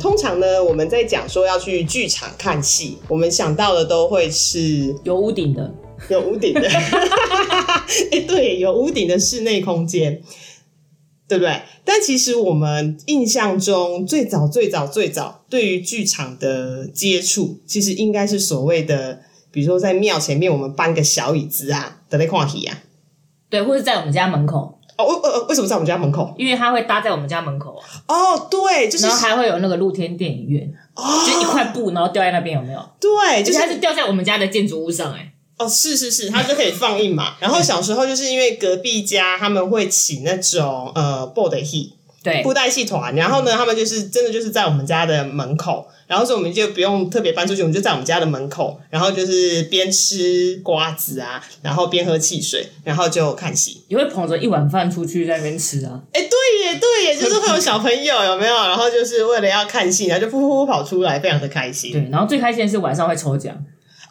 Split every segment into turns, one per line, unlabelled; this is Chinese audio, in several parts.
通常呢，我们在讲说要去剧场看戏，我们想到的都会是
有屋顶的，
有屋 顶的，哎，对，有屋顶的室内空间，对不对？但其实我们印象中最早、最早、最早对于剧场的接触，其实应该是所谓的，比如说在庙前面我们搬个小椅子啊，的那块椅啊。
对，或者在我们家门口，
哦，为呃为什么在我们家门口？
因为它会搭在我们家门口啊，
哦，对，就是
然后还会有那个露天电影院，就一
哦，
块布，然后吊在那边，有没有？
对，
而
就
且
是
哦它是吊在我们家的建筑物上、哎，
哦，是是是，它就可以放映嘛。然后小时候就是因为隔壁家他们会请那种呃 b o d h
对
布，袋戏团，然后呢，他们就是真的就是在我们家的门口，然后所以我们就不用特别搬出去，我们就在我们家的门口，然后就是边吃瓜子啊，然后边喝汽水，然后就看戏。
也会捧着一碗饭出去在那边吃啊。
哎、对耶，对耶，就是会有小朋友有没有？然后就是为了要看戏，然后就噗噗噗跑出来，非常的开心。
对，然后最开心的是晚上会抽奖，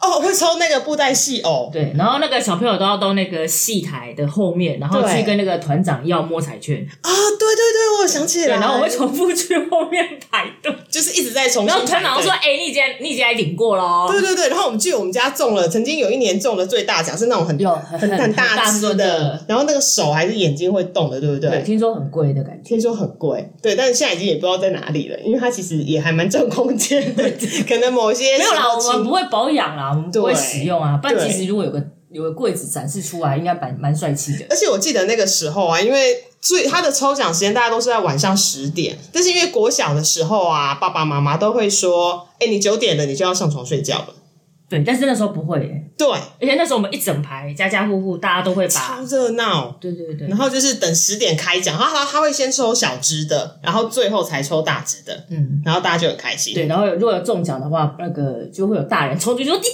哦，会抽那个布袋戏偶，
对，然后那个小朋友都要到那个戏台的后面，然后
对
去跟那个团长要摸彩券，
啊、对对对，我啊有想起来
对，
了。
然后我会重复去后面排 队，
就是一直在重新
然后团长
排
说：“
队
哎、你已经你已经来领过哦喽。
对对对，然后我们记得我们家中了，曾经有一年中的最大奖是那种很
有
很
很很很
大
大
只
只
的
的，
然后那个手还是眼睛会动的，对不对？
对，听说很贵的感觉。
听说很贵，对，但是现在已经也不知道在哪里了，因为它其实也还蛮占空间 的，可能某些
没有啦，
小
我们
亲
不会保养啦，我们不会
对
使用啊。但
对
其实如果有个有个柜子展示出来，应该蛮蛮帅气的。
而且我记得那个时候啊，因为最他的抽奖时间大家都是在晚上十点，但是因为国小的时候啊，爸爸妈妈都会说，哎、你九点了，你就要上床睡觉了。
对，但是那时候不会、欸，
对，
而且那时候我们一整排家家户户大家都会把
超，热闹。
对对对
然，后就是等十点开奖，他他他会先抽小支的，然后最后才抽大支的，
嗯。”
然后大家就很开心。
对，然后有如果有中奖的话，那个就会有大人冲出去说：“你家，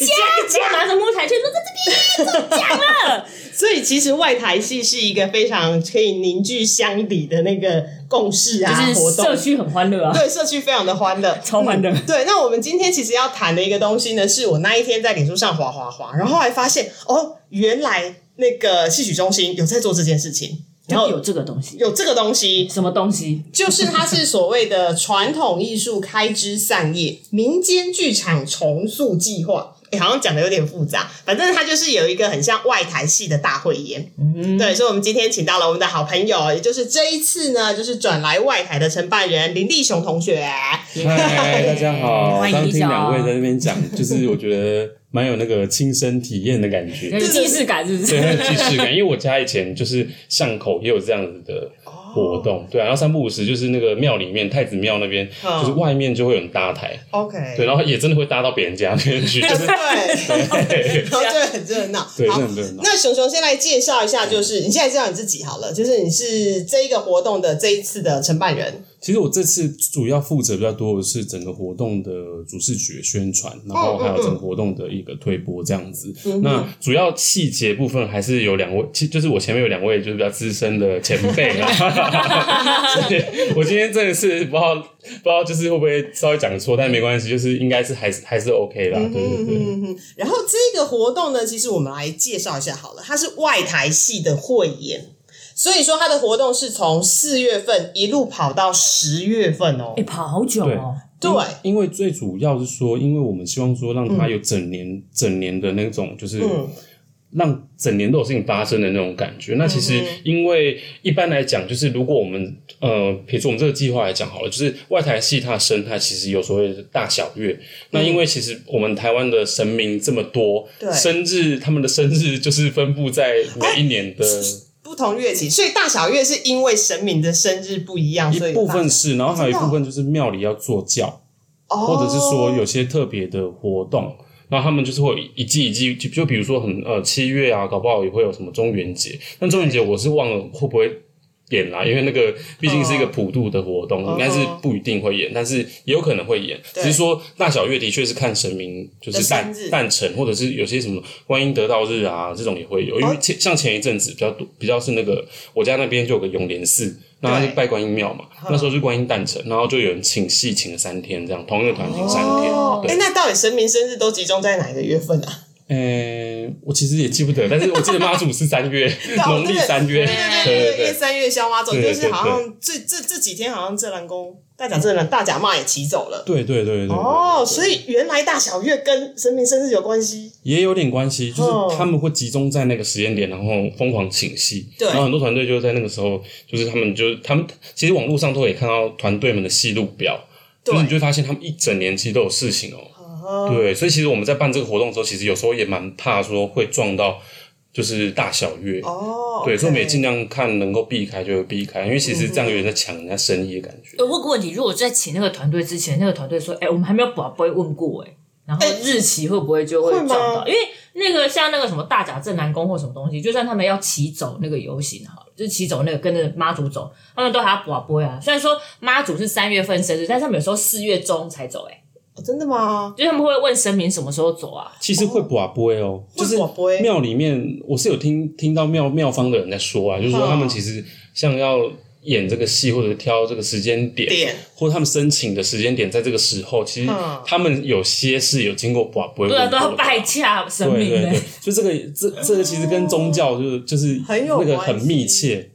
你家，你家！”拿着摸彩券说：“在这边。”啊
所以其实外台戏是一个非常可以凝聚乡里的那个共识啊，
就是
活
社
动。
区很欢乐啊，
对，社区非常的欢乐，
超欢乐
嗯对，那我们今天其实要谈的一个东西呢，是我那一天在脸书上滑滑滑，然后还发现哦，原来那个戏曲中心有在做这件事情，然
然
后
后有这个东西，
有这个东西，
什么东西？
就是它是所谓的传统艺术开枝散叶民间剧场重塑计划。诶好像讲的有点复杂，反正它就是有一个很像外台戏的大汇演。
嗯，
对，所以我们今天请到了我们的好朋友，也就是这一次呢，就是转来外台的承办人林立雄同学。
嗨，大家好！
欢
刚
迎啊
听
李
两位在
总，
那边讲，就是我觉得蛮有那个亲身体验的感
有
觉，
既视感是不
对，很有
是？
即视感。因为我家以前就是巷口也有这样子的活
哦
动，对啊，然后三不五时就是那个庙里面太子庙那边，
嗯
就是外面就会有人搭台，
OK，
对，然后也真的会搭到别人家那边去， 就是
对，然后就会很热闹。
对，
好
真的很热闹。
那熊熊先来介绍一下，就是你现在介绍你自己好了，就是你是这一个活动的这一次的承办人。
其实我这次主要负责比较多的是整个活动的主视觉宣传，然后还有整个活动的一个推播这样子。
嗯
那主要细节部分还是有两位，其就是我前面有两位就是比较资深的前辈 啦。所以我今天真的是不知道不知道就是会不会稍微讲错，但没关系，就是应该是还是还是 OK 啦。对对对。
嗯哼，然后这个活动呢，其实我们来介绍一下好了，它是外台系的汇演，所以说它的活动是从四月份一路跑到十月份哦
哎，。跑好久哦，
对，
因为最主要是说，因为我们希望说让它有整年、整年的那种，就是
嗯
让整年都有事情发生的那种感觉。那其实
嗯
因为一般来讲，就是如果我们呃，比如说我们这个计划来讲好了，就是外台戏它的生态其实有所谓的大小月。那因为其实我们台湾的神明这么多
嗯对，
生日他们的生日就是分布在每一年的。
不同乐器，所以大小乐是因为神明的生日不一样，
一
哎所以
部分
大
是，然后还有一
真的哦
部分就是庙里要做教，
小，
或者是说
哦
有些特别的活动，然后他们就是会有一季一季，就就比如说很呃七月啊，搞不好也会有什么中元节，但中元节我是忘了会不会。演啦，因为那个毕竟是一个普渡的活动，
哦
应该是不一定会演，但是也有可能会演。只
对
是说大小月的确是看神明就
的
是
生
诞
日
诞辰，或者是有些什么观音得道日啊这种也会有，因为
哦
前像前一阵子比较多，比较是那个我家那边就有个永联寺。那他
对
是拜观音庙嘛，那时候是观音诞辰，然后就有人请戏请了三天，这样同一个团请三天。
哦，
对
哎，那到底神明生日都集中在哪一个月份啊？，
诶、我其实也记不得，但是我记得妈祖是三月农历三月，
哦对对
对
对，因为三月消妈走，
对
就
对
是好像这这这几天好像这南宫大甲这南大甲骂也骑走了。
对对对对对
哦，
对
所以原来大小月跟神明生日有关系。
也有点关系，就
哦
是他们会集中在那个时间点，然后疯狂请戏，
对
然后很多团队就在那个时候，就是他们就他们其实网络上都可以看到团队们的戏路表，
对
就是你就会发现他们一整年其实都有事情哦、
哦，
对，所以其实我们在办这个活动的时候，其实有时候也蛮怕说会撞到就是大小月，
哦，
对，所以我们也
OK
尽量看能够避开就避开，因为其实这样有点在抢人家生意的感觉。
呃，问个问题，如果在请那个团队之前，那个团队说，哎、我们还没有宝贝问过、哎，然后
哎
日期会不会就会
会吗
撞到？因为那个像那个什么大甲镇南宫或什么东西，就算他们要骑走那个游行哈，就是骑走那个跟着妈祖走，他们都还要宝贝啊。虽然说妈祖是三月份生日，但是他们有时候四月中才走、哎，
哦真的吗？
就是他们会问神明什么时候走啊？
其实会寡播哦，就是
会博杯
庙里面，我是有听听到庙庙方的人在说啊，就是说
嗯
他们其实像要演这个戏或者挑这个时间点，
点
或者他们申请的时间点，在这个时候，其实
嗯
他们有些是有经过寡播，
对啊，都要拜洽神
对
明
对
的、
对，就这个这这个其实跟宗教就是就是
很有
那个
关
很
系哎
密切，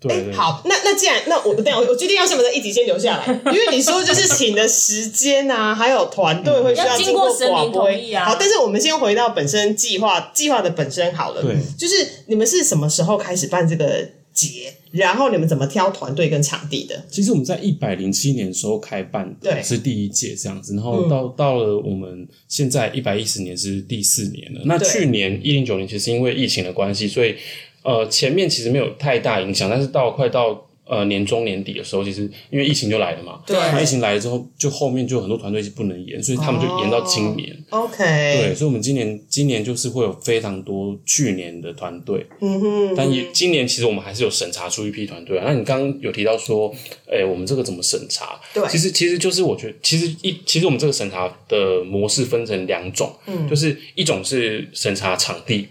对对。
好，那那既然那我等一下我我决定要先把这一集先留下来，因为你说就是请的时间啊，还有团队会需
嗯要
经
经过神
广
明
播
同意啊
好，但是我们先回到本身计划计划的本身好了，
对，
就是你们是什么时候开始办这个节？然后你们怎么挑团队跟场地的？
其实我们在一百零七年的时候开办的
对
是第一届这样子，然
嗯
后到、到了我们现在一百一十年是第四年了。那
对
去年一零九年其实因为疫情的关系，所以呃前面其实没有太大影响，但是到快到呃年中年底的时候，其实因为疫情就来了嘛，
对
那疫情来了之后，就后面就有很多团队是不能演，所以他们就延到今年。
OK，
对，所以，我们今年今年就是会有非常多去年的团队，
嗯哼，
但也今年其实我们还是有审查出一批团队啊。那你刚刚有提到说，哎、我们这个怎么审查？
对
其实其实就是我觉得，其实一其实我们这个审查的模式分成两种，嗯，就是一种是审查场地。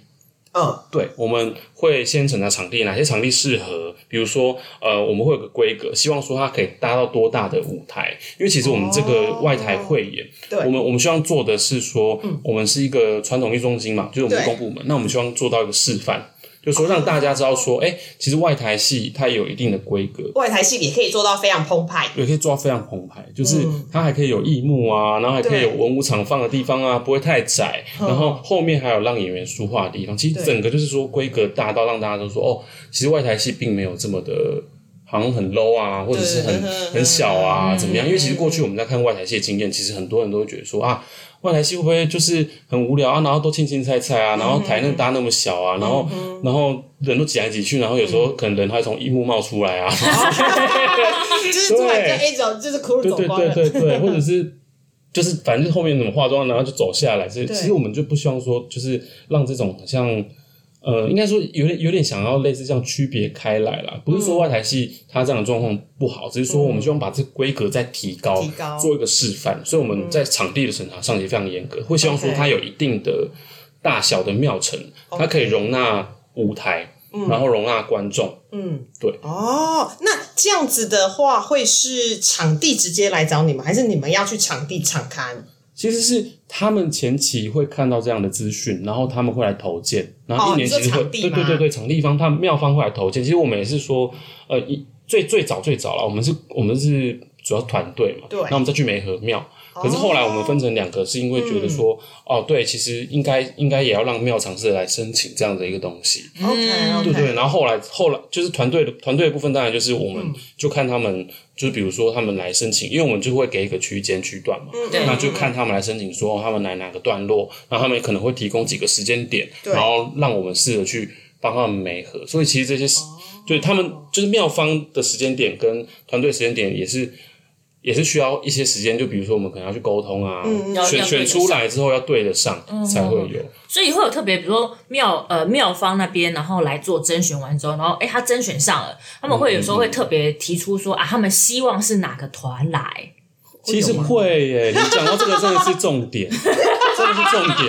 嗯，
对，我们会先审查场地，哪些场地适合？比如说，呃，我们会有个规格，希望说它可以搭到多大的舞台？因为其实我们这个外台汇演，
哦对嗯
我们我们希望做的是说，我们是一个传统艺术中心嘛，就是我们
对
是公部门，那我们希望做到一个示范，就说让大家知道说，哎、其实外台戏它也有一定的规格。
外台戏也可以做到非常澎湃，
也可以做到非常澎湃，就是它还可以有艺幕啊，然后还可以有
嗯对嗯
文武场放的地方啊，不会太窄，然后后面还有让演员书画的地方。其实
对
整个就是说规格大到让大家都说哦，其实外台戏并没有这么的。好像很 low 啊，或者是很
对嗯
很小啊，怎么样？因为其实过去我们在看外台戏的经验，其实很多人都会觉得说啊，外台戏会不会就是很无聊啊？然后都青青菜菜
嗯
啊，然后台那搭那么小啊，然后然后人都挤来挤去，然后有时
嗯
候可能人还从一幕冒出来啊，
就是突然
对
间一种就是 crew
对
走
对
光了，
对对对，或 者是就是反正就是后面怎么化妆，然后就走下来。其实
对
其实我们就不希望说，就是让这种好像呃，应该说有点有点想要类似这样区别开来啦。不是
嗯
说外台戏它这样的状况不好，只是说我们希望把这个规格再提高，
提高嗯
做一个示范。所以我们在场地的审查上也非常严格，会希望说
OK
它有一定的大小的庙城，它可以容纳舞台，然后容纳观众。
嗯，
对。
哦，那这样子的话，会是场地直接来找你们，还是你们要去场地场刊？
其实是他们前期会看到这样的资讯，然后他们会来投件，然后
哦
一年
你说
其实会、
场地
对
吗
对对对，场地方他们庙方会来投件。其实我们也是说，呃，一最最早最早了，我们是我们是主要团队嘛，
对哦
那我们再去梅河庙。可是后来我们分成两个，是因为觉得说，
嗯
哦，对，其实应该应该也要让庙尝试来申请这样的一个东西。
嗯 OK，
对对，然后后来后来就是团队的团队的部分，当然就是我
嗯
们就看他们，就是比如说他们来申请，因为我们就会给一个区间区段嘛，
对
那就看他们来申请说哦他们来哪个段落，然后他们可能会提供几个时间点，
对
然后让我们试着去帮他们媒合。所以其实
哦
这些是，对他们就是妙方的时间点跟团队时间点也是。也是需要一些时间，就比如说我们可能要去沟通啊，
嗯
要
选
要对
选
得嗯
出来之后要对得上才会有。
所以会有特别，比如说妙呃妙方那边，然后来做甄选完之后，然后哎他甄选上了，他们
嗯
会有时候会特别提出说啊，他们希望是哪个团来。
其实
有吗
会耶，你讲到这个真的是重点，真的是重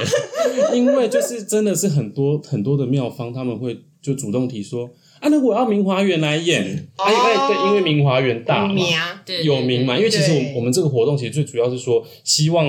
点，因为就是真的是很多很多的妙方他们会就主动提说啊，那我要明华园来演，啊，因为对，因为明华园大嘛，
喵，
对
有名嘛，因为其实我
对
我们这个活动其实最主要是说，希望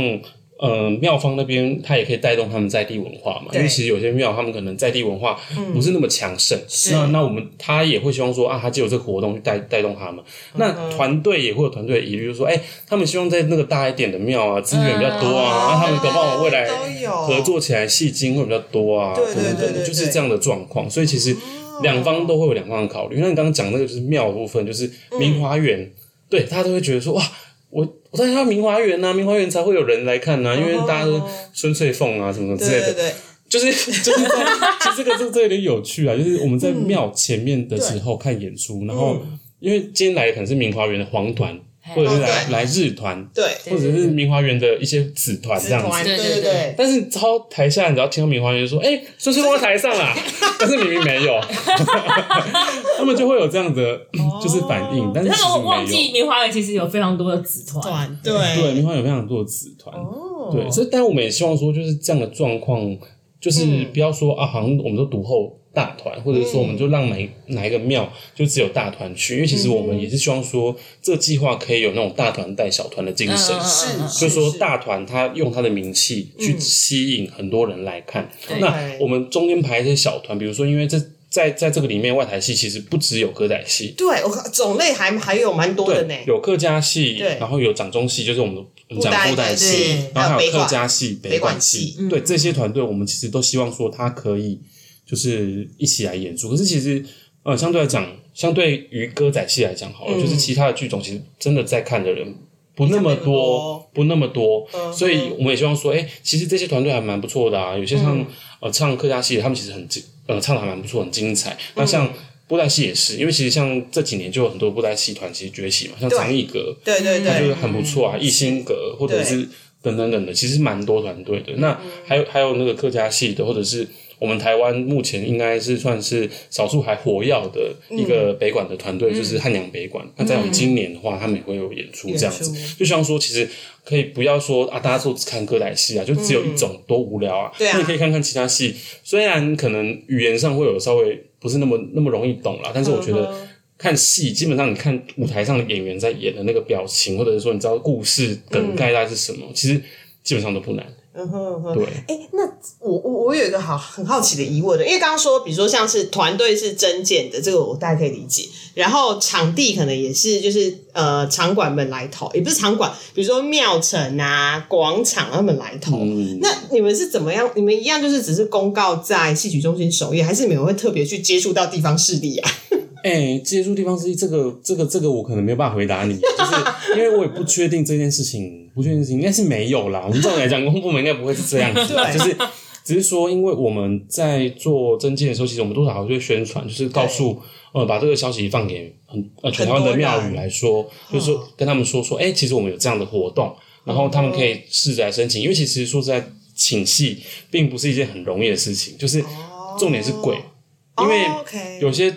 呃庙方那边他也可以带动他们在地文化嘛，
对嗯
因为其实有些庙他们可能在地文化不是那么强盛，那那我们他也会希望说啊，他借由这个活动去带带动他们。
嗯
那团队也会有团队的疑虑，就是说哎、他们希望在那个大一点的庙啊，资源比较多啊，
嗯
那、他们搞不好未来
都有
合作起来戏精会比较多啊，
哦对对
等
对
等
对
的，
对哦
就是这样的状况。所以其实两方都会有两方的考虑。那你刚刚讲那个就是庙的部分，就是明华园，
嗯
对大家都会觉得说哇，我我当然要明华园呐、明华园才会有人来看呐、因为大家都孙翠凤啊什么什么之
对
类的
哦对，对，
就是就是在 其实这个这个这个有点有趣啊，就是我们在庙前面的时候看演出，然后
嗯
因为今天来的可能是明华园的黄团，或者是来
对
来日团，
嗯对
或者是明华园的一些子团这样子。
团，
对
对
对
对，
但是超台下，你只要听到明华园就说：“哎、孙翠凤在台上啦！” 但是明明没有，他们就会有这样的就是反应，但是其
哦他
实
们忘
没
记
有。
明华园其实有非常多的子团，
团
对，
对啊
明华园有非常多的子团，
哦
对，所以但我们也希望说，就是这样的状况，
嗯
就是不要说、啊，好像我们都独后大团，或者说我们就让哪一哪一个庙就只有大团去，因为
嗯
其实我们也是希望说，这个计划可以有那种大团带小团的精神。
嗯
是
嗯嗯，嗯
就是说，大团他用他的名气去吸引很多人来看。
对
那我们中间排一些小团，比如说，因为这在在这个里面，外台戏其实不只有歌仔戏，
对，我靠种类还还有蛮多的呢
对，，有客家戏，
对
然后有掌中戏，就是我们的我们讲
代
布袋
对
戏
对，
然后
还
还
有
有
北管
客家戏、
北
北
管
管戏
戏，嗯
对这些团队，我们其实都希望说它可以就是一起来演出。可是其实呃，相对来讲，相对于歌仔戏来讲好
嗯
了，就是其他的剧种，其实真的在看的人。不那么
比较没那么多嗯
多，不那么多，所以我们也希望说，哎、其实这些团队还蛮不错的啊。有些唱、
嗯
呃唱客家戏的，他们其实很精，呃唱的还蛮不错，很精彩。
嗯
那像布袋戏也是，因为其实像这几年就有很多布袋戏团其实崛起嘛，像
对
长艺阁，
对对
它就是
对，嗯
很不错啊，艺兴阁或者是等等等的，其实蛮多团队的。
嗯
那还有还有那个客家戏的，或者是我们台湾目前应该是算是少数还活跃的一
嗯
个北管的团队，就是汉阳北管。那在我们今年的话，他们也会有演出这样子
演出，
就希望说其实。可以不要说啊，大家都只看歌仔戏啊，就只有一种，多无聊啊！
嗯对啊
那你可以看看其他戏，虽然可能语言上会有稍微不是那么那么容易懂啦，但是我觉得
嗯哼
看戏，基本上你看舞台上的演员在演的那个表情，或者是说你知道故事梗概大概是什么，其实基本上都不难。
嗯哼嗯哼，
对，
哎、那我我我有一个好很好奇的疑问的，因为刚刚说，比如说像是团队是增建的，这个我大概可以理解。然后场地可能也是就是呃场馆们来投，也不是场馆，比如说庙城啊、广场他们来投。
嗯
那你们是怎么样？你们一样就是只是公告在戏曲中心首页，还是你们会特别去接触到地方势力啊？
哎、接触地方之一，这个这个这个我可能没有办法回答你，就是因为我也不确定这件事情，不确定事情应该是没有啦。我们照理来讲，公部门应该不会是这样子啦，
对
就是只是说，因为我们在做增建的时候，其实我们多少还会宣传，就是告诉呃把这个消息放给很呃全台湾的庙宇来说，就是说跟他们说说，哎、其实我们有这样的活动，然后他们可以试着来申请，因为其实说实在，请戏并不是一件很容易的事情，就是重点是贵。因为
哦，OK
有些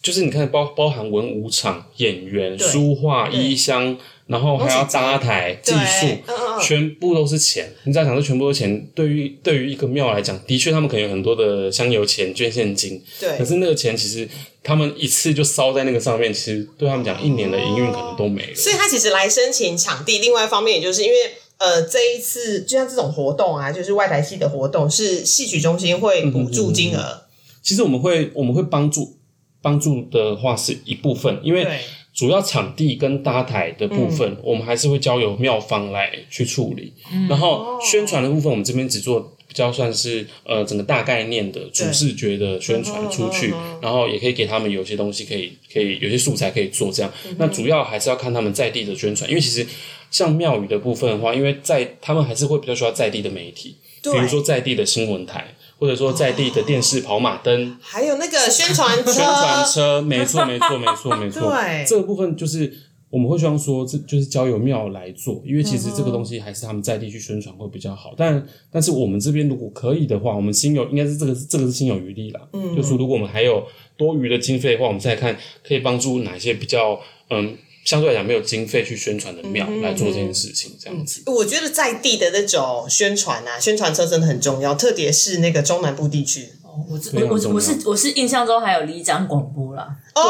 就是你看包包含文武场、演员、
对
书画、衣箱，然后还要搭台、技术
对嗯嗯嗯，
全部都是钱。你只要想这全部都是钱，对于对于一个庙来讲，的确他们可能有很多的香油钱、捐献金，
对
可是那个钱其实他们一次就烧在那个上面，其实对他们讲，一年的营运可能都没了。
所以他其实来申请场地，另外一方面也就是因为呃这一次就像这种活动啊，就是外台戏的活动是戏曲中心会补助金额，
其实我们会我们会帮助帮助的话是一部分，因为
对嗯
主要场地跟搭台的部分，我们还是会交由妙方来去处理。然后宣传的部分，我们这边只做比较算是呃整个大概念的主视觉的宣传出
嗯
去，然后也可以给他们有些东西可以可以有些素材可以做这样。
嗯
那主要还是要看他们在地的宣传，因为其实像庙宇的部分的话，因为在他们还是会比较需要在地的媒体，比
对
如说在地的新闻台。或者说在地的电视跑马灯，
还有那个宣传车，
宣传车，没错，没错，没错，没错。
对
这个部分就是我们会希望说，这就是交由庙来做，因为其实这个东西还是他们在地去宣传会比较好。但但是我们这边如果可以的话，我们心有应该是这个是这个是心有余力啦。嗯，就是如果我们还有多余的经费的话，我们再看可以帮助哪些比较嗯相对来讲没有经费去宣传的庙来做这件事情，这样子。
我觉得在地的那种宣传啊，宣传车真的很重要，特别是那个中南部地区。
哦我
非
我我
常重要
我是我是印象中还有离讲广播啦，
哦，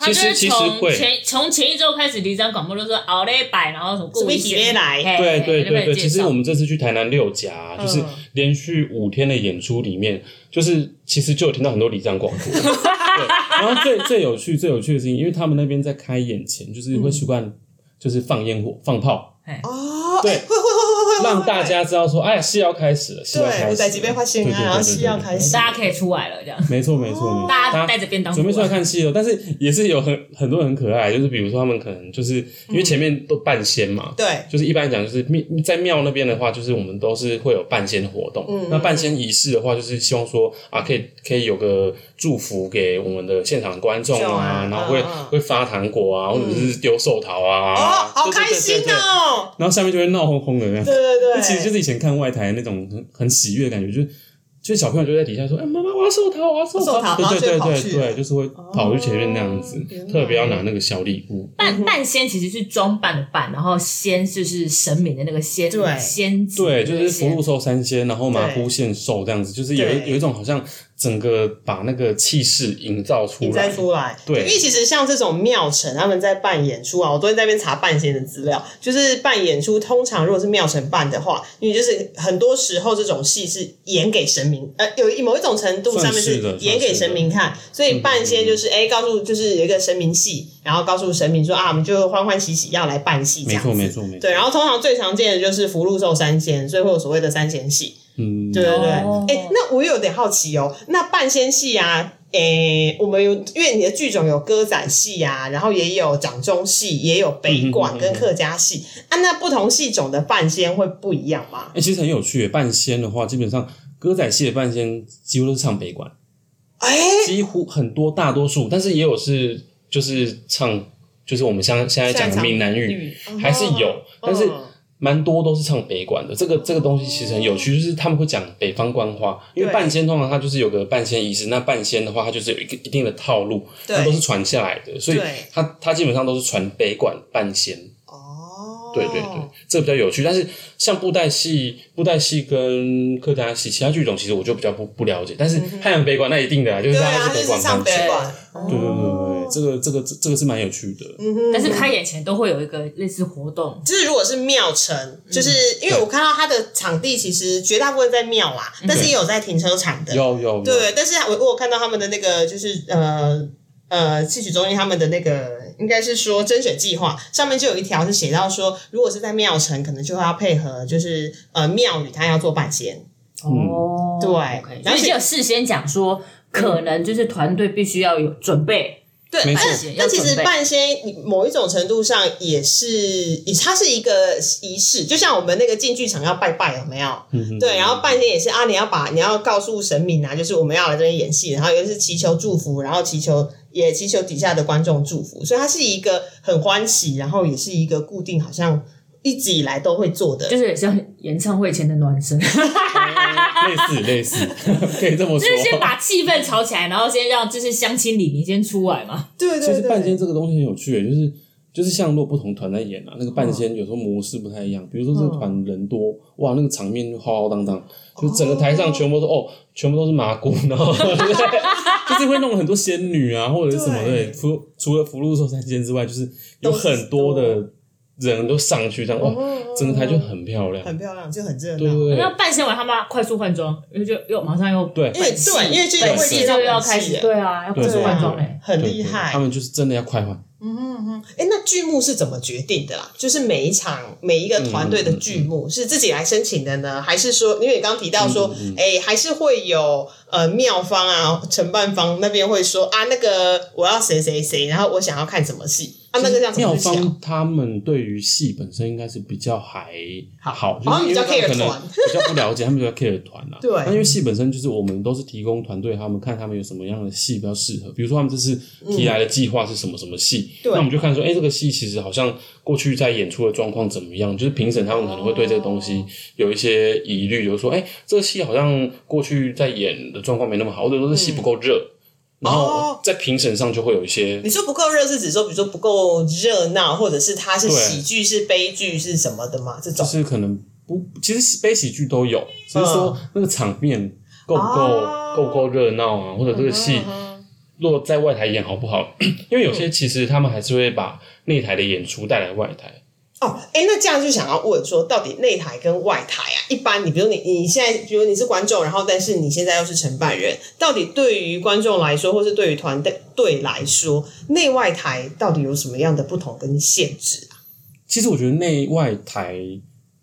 他就
其实
是
其实
从
会
前从前一周开始离讲广播，就说熬了一百，然后什么过
什么
一
几天来
嘿
对
嘿
对
就被
对对，
介
其实
绍
我们这次去台南六甲
嗯
啊、就是连续五天的演出里面，就是其实就有听到很多里长 广播。对，然后最最有趣、最有趣的事情，因为他们那边在开演前，就是会习惯就是放烟火、放炮，
哦，
对
哎会会会会会，
让大家知道说，哎呀，戏要开始了，戏要开始
对
了。
舞台几倍发现
对对
啊，
对
然后
对
戏
对
要
对
开始，哦
大家可以出来了这样。
没错，没错，没错。
大家带着便当
准备出来
出来
看戏了，但是也是有很很多人很可爱，就是比如说他们可能就是因为前面都半仙嘛，
对
就是一般讲就是庙在庙那边的话，就是我们都是会有半仙活动。
嗯
那半仙仪式的话，就是希望说啊，可以可以有个祝福给我们的现场观众
众
啊
啊，
然后会、
嗯嗯
会发糖果啊，或者是丢寿桃啊，
哦，好
对
开心！
对对对对
哦，
然后下面就会闹哄哄的那样。
对对对，
那其实就是以前看外台那种很很喜悦的感觉，就是就是小朋友就在底下说：“哎、妈妈，我要寿桃，我要寿
寿桃
对对
然后就跑
对
去
对
了
对，就是会跑去前面那样子，
原来
特别要拿那个小礼物。
嗯
半半仙其实是装扮的扮，然后仙就是神明的那个仙，
对
仙子
对，就
那个
是福
仙
禄寿三仙，然后麻
对
姑献寿这样子，就是有
对
一有一种好像整个把那个气势营造出
你再
来。
出来，
对
因为其实像这种庙城，他们在办演出啊，我昨天在那边查半仙的资料，就是办演出，通常如果是庙城办的话，因为就是很多时候这种戏是演给神明，呃，有一某一种程度上面
算是的
演给神明看，所以半仙
嗯
就是哎、告诉就是有一个神明戏，然后告诉神明说啊，我们就欢欢喜喜要来办戏，这
没
样子
错，没。错，没错。
对，然后通常最常见的就是福禄寿三仙，所以会有所谓的三仙戏。
嗯，
对对对，哎、
哦
那我有点好奇哦，那半仙戏啊，诶、我们有因为你的剧种有歌仔戏啊，然后也有掌中戏，也有
嗯
北管跟客家戏、啊，那不同戏种的半仙会不一样吗？
哎、其实很有趣耶。半仙的话，基本上歌仔戏的半仙几乎都是唱北管，
哎、
几乎很多大多数，但是也有是就是唱，就是我们像现在讲的闽南语还是有，但是哦
嗯
蛮多都是唱北管的。这
哦
个这个东西其实很有趣，就是他们会讲北方官话，因为
对
半仙通常它就是有个半仙仪式，那半仙的话它就是有一个一定的套路，
对
它都是传下来的，所以
对
它它基本上都是传北管半仙。
哦，
对对对，这比较有趣。但是像布袋戏、布袋戏跟客家戏，其他剧种其实我就比较不不了解。但是汉阳北管那一定的啊，就
嗯
是
对
它
啊，
都
就是
北管
唱
翻
北
唱
管，
对对对对，这个这个这这个是蛮有趣的。
嗯
但是开演前都会有一个类似活动，
就是如果是庙城，就是
嗯
因为我看到它的场地其实绝大部分在庙啊，但是也有在停车场的，
有有有
对，但是我我有看到他们的那个就是呃呃戏曲中心他们的那个应该是说甄选计划上面就有一条是写到说，如果是在庙城，可能就要配合就是呃庙宇，他要做半仙。
嗯
哦，
对
OK，
然
所
后
以就有事先讲说，可能就是团队必须要有准备，
对，
没
但
错
但其实半仙某一种程度上也是，也它是一个仪式，就像我们那个进剧场要拜拜，有没有？对，然后半仙也是啊，你要把你要告诉神明啊，就是我们要来这边演戏，然后也是祈求祝福，然后祈求也祈求底下的观众祝福，所以它是一个很欢喜，然后也是一个固定，好像一直以来都会做的。
就是也像演唱会前的暖 身，
类似 类似，可以这么
就是先
说。
把气氛炒起来，然后先让就是乡亲李明先出来嘛。
对
其
对
实半
对，
仙这个东西很有趣，就是就是像若不同团在演啊，那个半仙有时候模式不太一样。比如说这
嗯
个团人多，哇，那个场面就浩浩荡荡，
哦
就整个台上全部都哦，全部都是麻姑， 然后就是会弄很多仙女啊，或者是什么
对
的。除除了福禄寿三仙之外，就是有很多的人都上去，这样哇，哦整个台就很漂亮。
哦很漂亮，就很热
对
闹。
对
那
对，
半仙完，他们要快速换装，因为就又马上又
对
因为
戏
对，因为这
本
会
戏
介绍
就要
本
开
戏
始，
耶
对啊，要快速
对
换装
对
嘞。
很
对
厉
对
害
他。们就是真的要快换。
哎，那剧目是怎么决定的啦？就是每一场每一个
嗯
团队的剧目、是自己来申请的呢，还是说，因为你刚刚提
嗯
到说，哎、还是会有呃妙方啊、承办方那边会说啊，那个我要谁谁谁，然后我想要看什么戏啊，他那个叫什
妙
么去想？
方他们对于戏本身应该是比较还
好
好，
像
就是因
比
为
较 care
他们可能
团
比较不了解，他 们比较 care 团啊。
对
那因为戏本身就是我们都是提供团队，他们看他们有什么样的戏比较适合。比如说他们这次提来的计划是什么什么戏，
对
那我们就看说，哎、这个戏其实好像过去在演出的状况怎么样？就是评审他们可能会对这个东西有一些疑虑，就是说，哎、这个戏好像过去在演的状况没那么好，或者说这戏不够热。然
嗯哦
后在评审上就会有一些
你说不够热是指说，比如说不够热闹，或者是它是
对
喜剧、是悲剧、是什么的吗？这
就
种
是可能不，其实悲喜剧都有，只是说那个场面够不够
哦
够不够热闹啊，或者这个
嗯
戏落在外台演好不好？ 因为有些其实他们还是会把内台的演出带来外台。
哦，哎，那这样就想要问说，到底内台跟外台啊，一般你比如你你现在，比如你是观众，然后但是你现在又是承办人，到底对于观众来说，或是对于团队队来说，内外台到底有什么样的不同跟限制啊？
其实我觉得内外台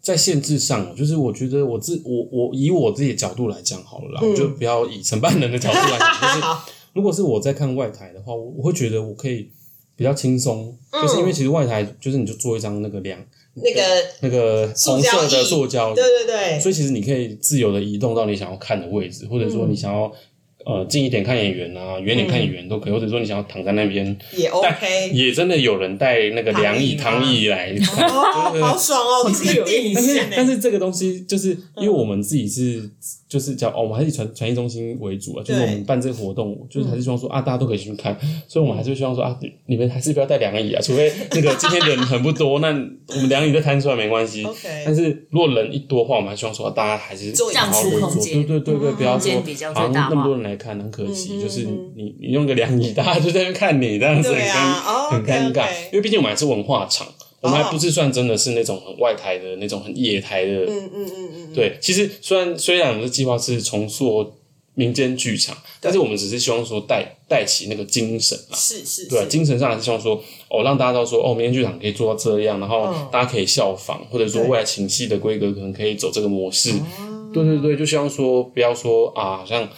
在限制上，啊就是我觉得我自我我以我自己的角度来讲好了啦，我就不要以承办人的角度来 讲，就是
好，
如果是我在看外台的话，我我会觉得我可以比较轻松，就是因为其实外台就是你就做一张那个两
那个
那个红色的塑胶椅
对，对对，
所以其实你可以自由的移动到你想要看的位置，或者说你想要。呃，近一点看演员啊，远一点看演员都可以，或者说你想要躺在那边，
也 OK。
也真的有人带那个凉椅、
躺椅吗
躺椅来看，
哦，
对
好爽 哦！你是个电影
但 是
欸
线
但
呢？
是这个东西就是因为我们自己是就是叫哦，我们还是以传传艺中心为主啊，就是我
对
们办这个活动，就是还是希望说啊，大家都可以去看，所以我们还是希望说啊，你你们还是不要带凉椅啊，除非那个今天人很不多，那我们凉椅再摊出来没 关系。
OK 嗯
但是如果人一多的话，我们还希望说大家还是
坐
好好
这
围
样子
坐，
空
对
间嗯
对对对，不要说
空间比较最
好像
大化嗯
那么多人来看，很可惜，就是你你用个凉椅，大家就在那边看你这样子，很
对啊哦
尴很尴尬
OK，OK，
因为毕竟我们还是文化场。我们
哦
还不是算真的是那种很外台的那种很野台的，
嗯嗯嗯嗯，
对。其实虽然虽然我们的计划是重塑民间剧场，但是我们只是希望说带带起那个精神啦，
是是
对啊，
是，
精神上还是希望说哦，让大家知道说哦，民间剧场可以做到这样，然后
嗯
大家可以效仿，或者说
对
未来情戏的规格可能可以走这个模式，
嗯
对对对，就希望说不要说啊，好像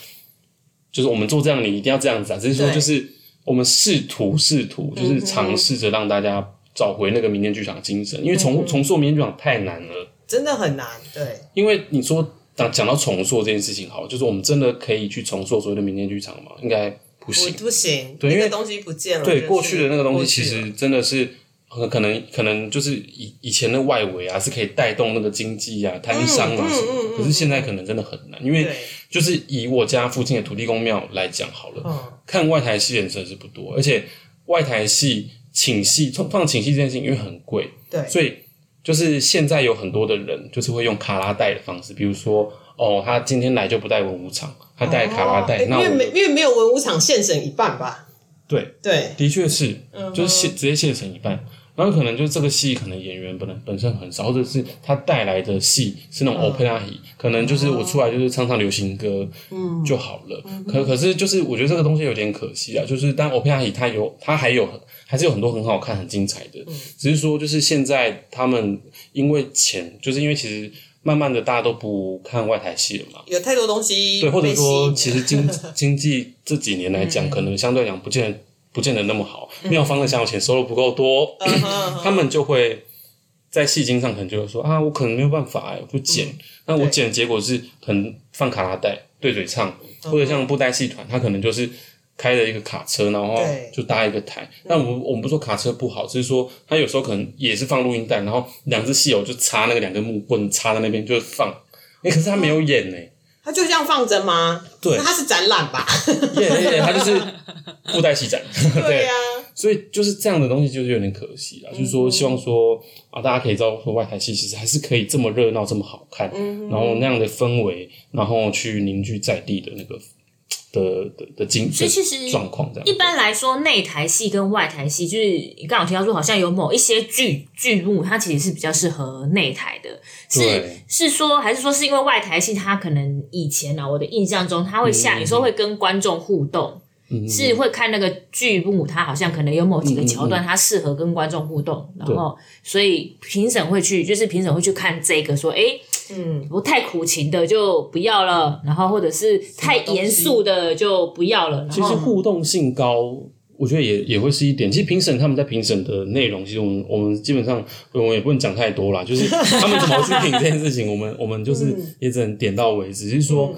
就是我们做这样，你一定要这样子啊，只是说
对嗯
就是我们试图试图，就是尝试着让大家找回那个民间剧场的精神，因
嗯
为重重塑民间剧场太难了，
真的很难，对，
因为你说讲讲到重塑这件事情，好，就是我们真的可以去重塑所谓的民间剧场吗？应该不
不
行，
不行，
对因
那
为
个东西不见了。
对
就是
过去的那个东西，其
过去了
实真的是很可能可能就是以以前的外围啊，是可以带动那个经济啊、摊商
嗯
啊什么的。可是现在可能真的很难，因为
对
就是以我家附近的土地公庙来讲好
嗯
了，看外台戏的人真的是不多，而且外台戏请戏通通常请戏这件事情因为很贵，
对，
所以就是现在有很多的人就是会用卡拉带的方式，比如说哦，他今天来就不带文武场，他带卡拉带，
哦
那
因为
我
没因为没有文武场现省一半吧？
对。
对，
的确是，就是现直接现成一半。然后可能就是这个戏，可能演员本来本身很少，或者是他带来的戏是那种 opera 戏、可能就是我出来就是唱唱流行歌，嗯，就好了。可可是就是我觉得这个东西有点可惜啊，就是但 opera 戏它有它还有还是有很多很好看、很精彩的，只是说就是现在他们因为钱，就是因为其实慢慢的大家都不看外台戏了嘛，
有太多东西
对，或者
被吸
说，
引嗯
其 实经经济这几年来讲，可能相对来讲不见得不见得那么好。妙方的香油钱收入不够多，
嗯
他们就会在戏精上可能就会说啊，我可能没有办法哎，我不剪。那我
嗯对
剪的结果是可能放卡拉带对嘴唱，
嗯
或者像布袋戏团，他可能就是。开了一个卡车，然后
对嗯
就搭一个台。那我们我们不说卡车不好，只是说他有时候可能也是放录音带，然后两只戏友就插那个两根木棍插在那边就放。哎、可是他没有演呢、
它就这样放着吗？
对
那它是展览吧？
耶耶耶，他就是布袋 戏展，
啊
对啊呀，
所以就是这样的东西，就是有点可惜啦。就
嗯
是说，希望说啊，大家可以知道说，外台戏其实还是可以这么热闹、这么好看，
嗯
然后那样的氛围，然后去凝聚在地的那个的的的精
所以其实
的状况，这样
一般来说，内台戏跟外台戏，就是你刚好提到说，好像有某一些剧剧目，它其实是比较适合内台的，是
对
是说，还是说是因为外台戏它可能以前啊，我的印象中，它会
嗯
下、有时候会跟观众互动。是会看那个剧目，它好像可能有某
嗯
几个桥段，它适合跟观众互动，然后所以评审会去，就是评审会去看这个，说，诶，
嗯，
不太苦情的就不要了，然后或者是太
么东西嗯
严肃的就不要了，然
其实
后
互动性高，我觉得也也会是一点。其实评审他们在评审的内容，其实我们我们基本上我们也不能讲太多啦， 就是他们怎么去评这件事情，我们我们就是
嗯
也只能点到为止。只是说，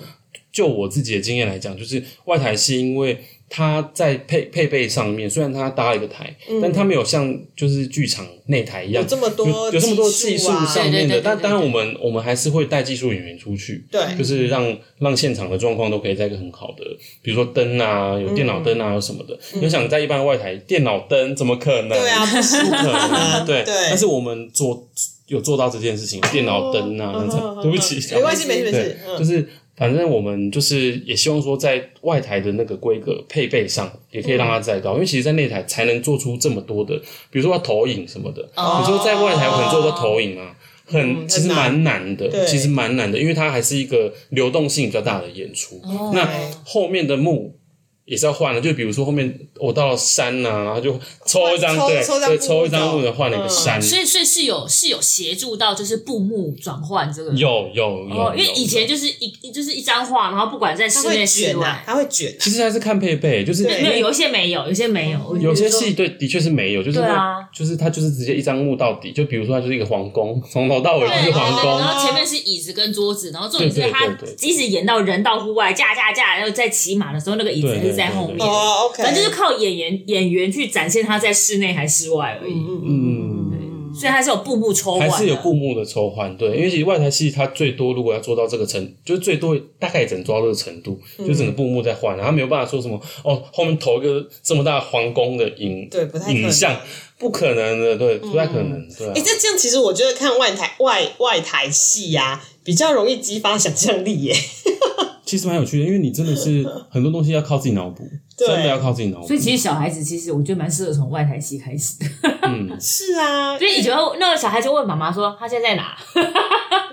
就我自己的经验来讲，就是外台戏，因为它在配配备上面，虽然它搭了一个台，但它没有像就是剧场内台一样
嗯有这么多
有有这么多
技
技
术
术
啊
上
对对
面
对对
的。但
对
当然，我们我们还是会带技术演员出去，
对
就是让让现场的状况都可以在一个很好的，比如说灯啊，有电脑灯啊，有什么的。你想在一般外台，电脑灯怎么可能？
嗯对啊，，不是
不可能。对，
对
但是我们做有做到这件事情，电脑灯
哦
啊，那种 对不起，
嗯没关系，没事没
对
事，，
就
嗯
是反正我们就是也希望说，在外台的那个规格配备上，也可以让它再
嗯
高，因为其实，在内台才能做出这么多的，比如说要投影什么的。
哦
你说在外台，我可能做到投影啊。很，其实蛮难
嗯对
的，其实蛮难的，因为它还是一个流动性比较大的演出。
哦
那后面的幕也是要换的，就比如说后面我到了山呐、啊，然后就抽一张
抽
对
抽张
对
布
抽一张
幕
幕的换了一个
嗯
山，
所以所以是有是有协助到，就是布幕转换这个。
有有有、
哦，因为
有
以前就是一就是一张画，然后不管在
它
室内
会
室
卷啊
外，，
它会卷啊，
其实还是看配备，就是
对
没有有一些没有，有一些没有，
有些戏对的确是没有，就是
对
那
啊
就是它就是直接一张幕到底，就比如说它就是一个皇宫，从头到尾就是
对，
皇宫
然，后前面是椅子跟桌子，然后重点
对
是
对
他
对对
即使演到人到户外架架架，然后在骑马的时候，那个椅子还是在后面。
对
哦，OK，
反正就是靠演员演员去展现他在室内还室外而已，
嗯嗯
所以还是有步步抽换
还
的，
是有布幕的抽换，对，因为其实外台戏它最多如果要做到这个程，就是最多大概也只能做到这个程度，就
嗯
整个布幕在换，然后没有办法说什么哦，后面投一个这么大的皇宫的影，
对不太可能
影像，不可能的，对，不太可
嗯
能，对啊、
哎、这这样其实我觉得看外台外外台戏呀、比较容易激发想象力耶。
其实蛮有趣的，因为你真的是很多东西要靠自己脑补，
对
真的要靠自己脑补
所以，其实小孩子其实我觉得蛮适合从外台戏开始的，
嗯，
是啊，
所以以前那个小孩就问妈妈说他现在在哪，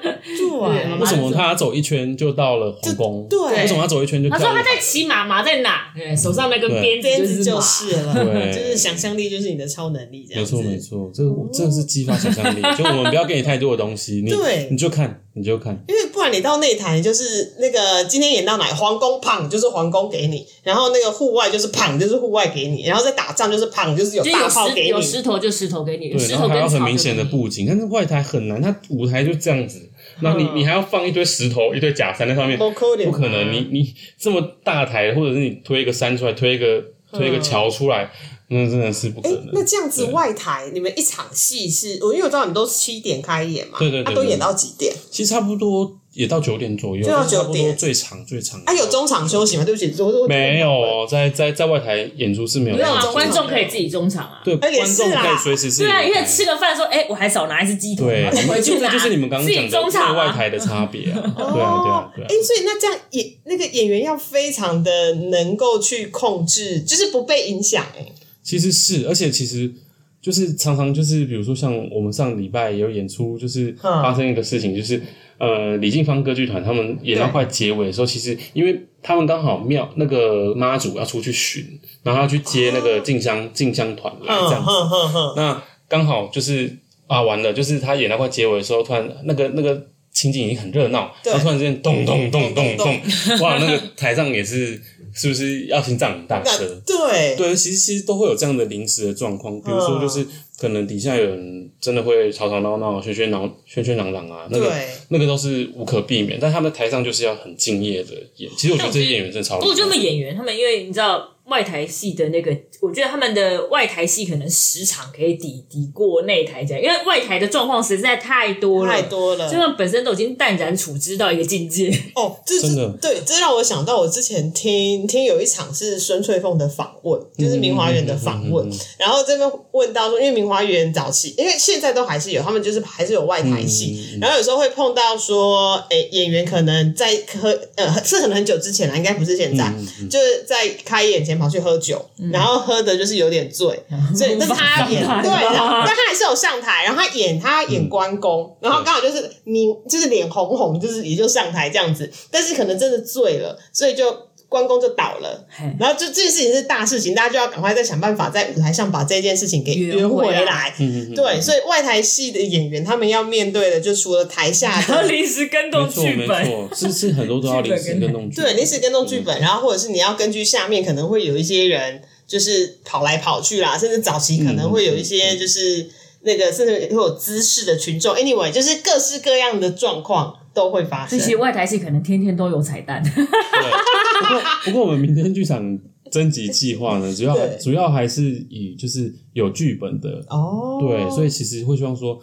对
对
为什么他走一圈就到了皇宫？
对
为什么他走一圈就
他
跳
说
了？
他在骑马，马在哪？对，手上那根
对
鞭
鞭
子
子就
马。
是了，
对
就是想象力就是你的超能力，这样
没
子。哦
错没错，这我真的是激发想象力。就我们不要给你太多的东西，你
对
你就看，你就看。
因为不然你到内台就是那个今天演到哪皇宫胖就是皇宫给你，然后那个户外就是胖就是户外给你，然后再打仗就是胖就是有
就有
大炮
石
给
有
你，
石头就石头给你，有
对，
石
然后
头
还
跟
要
草
很明
就
显的
给你
布景，但是外台很难，它舞台就这样子。然后你你还要放一堆石头、一堆假山在上面，
不嗯可能啊
不可能。你你这么大台，或者是你推一个山出来，推一个推一个桥出来，那真的是不可能。
嗯那这样子
对
外台你们一场戏是，我因为我知道你们都是七点开演嘛，
对对对
啊都
对
演到几点？
其实差不多也到九点左右，
就到
但是差不
9
多
啊点
最长最长。
啊有中场休息吗？对不起，我我
没有哦，在在在外台演出是没有
没有啊
中场，的
观众可以自己中场啊。
对
哎也
观
是
众
啦
可以随时是
对啊，因为
有
吃个饭说，哎，我还少拿一只鸡腿，
对
然后，回去
这
拿。
就是你们刚
自
刚
己
讲
中
的
场
在外
啊。哦
台的差别 啊，对啊对啊对啊
哎、，所以那这样演那个演员要非常的能够去控制，就是不被影响、哎，
其实是，而且其实。就是常常就是，比如说像我们上礼拜也有演出，就是
嗯
发生一个事情，就是呃李静芳歌剧团他们演到
对
快结尾的时候，其实因为他们刚好庙那个妈祖要出去巡，然后要去接那个进香进香团来哎这样子，
嗯哼哼哼，
那刚好就是啊，完了，就是他演到快结尾的时候，突然那个那个情景已经很热闹，
对
然后突然之间咚咚咚咚咚，哇，那个台上也是是不是要心脏很大
那
声？
对
对，其实其实都会有这样的临时的状况，比如说
嗯
就是可能底下有人真的会吵吵闹闹、喧喧闹、喧喧嚷嚷啊，那个
对
那个都是无可避免，但他们在台上就是要很敬业的演。其实我觉得这些演员真的超
不
厉
过就他
害，
们演员，他们因为你知道外台戏的那个，我觉得他们的外台戏可能时长可以抵抵过内台这样，因为外台的状况实在太多了，
太多了
就他们本身都已经淡然处之到一个境界。
哦，这
真
这
的
对，这让我想到我之前听听有一场是孙翠凤的访问，就是明华园的访
嗯
问，然后这边问到说，因为明华园早期，因为现在都还是有，他们就是还是有外台戏，然后有时候会碰到说，诶、演员可能在喝呃是可能很久之前了，应该不是现在，就是在开演前跑去喝酒，然后喝的就是有点醉，所以但是他演
上台
对，
吧
然后但他还是有上台，然后他演他演关公，然后刚好就是明就是脸红红，就是也就上台这样子，但是可能真的醉了，所以就。关公就倒了，
嘿
然后就这件事情是大事情，大家就要赶快再想办法在舞台上把这件事情给
圆
圆
回
回
来
来。
嗯嗯嗯
对，所以外台戏的演员他们要面对的，就除了台下
然后
的
临时跟动
没错
剧
没
本，
错，是是很多都要临时跟弄剧本，嗯
对临时跟动剧本，然后或者是你要根据下面可能会有一些人就是跑来跑去啦，甚至早期可能会有一
嗯
些就是那个甚至会有滋事的群众，anyway，就是各式各样的状况都会发
所
生
以。其实外台戏可能天天都有彩蛋，
对，不过不过我们民间剧场征集计 划呢，主要
对
主要还是以就是有剧本的，
哦，
对，所以其实会希望说，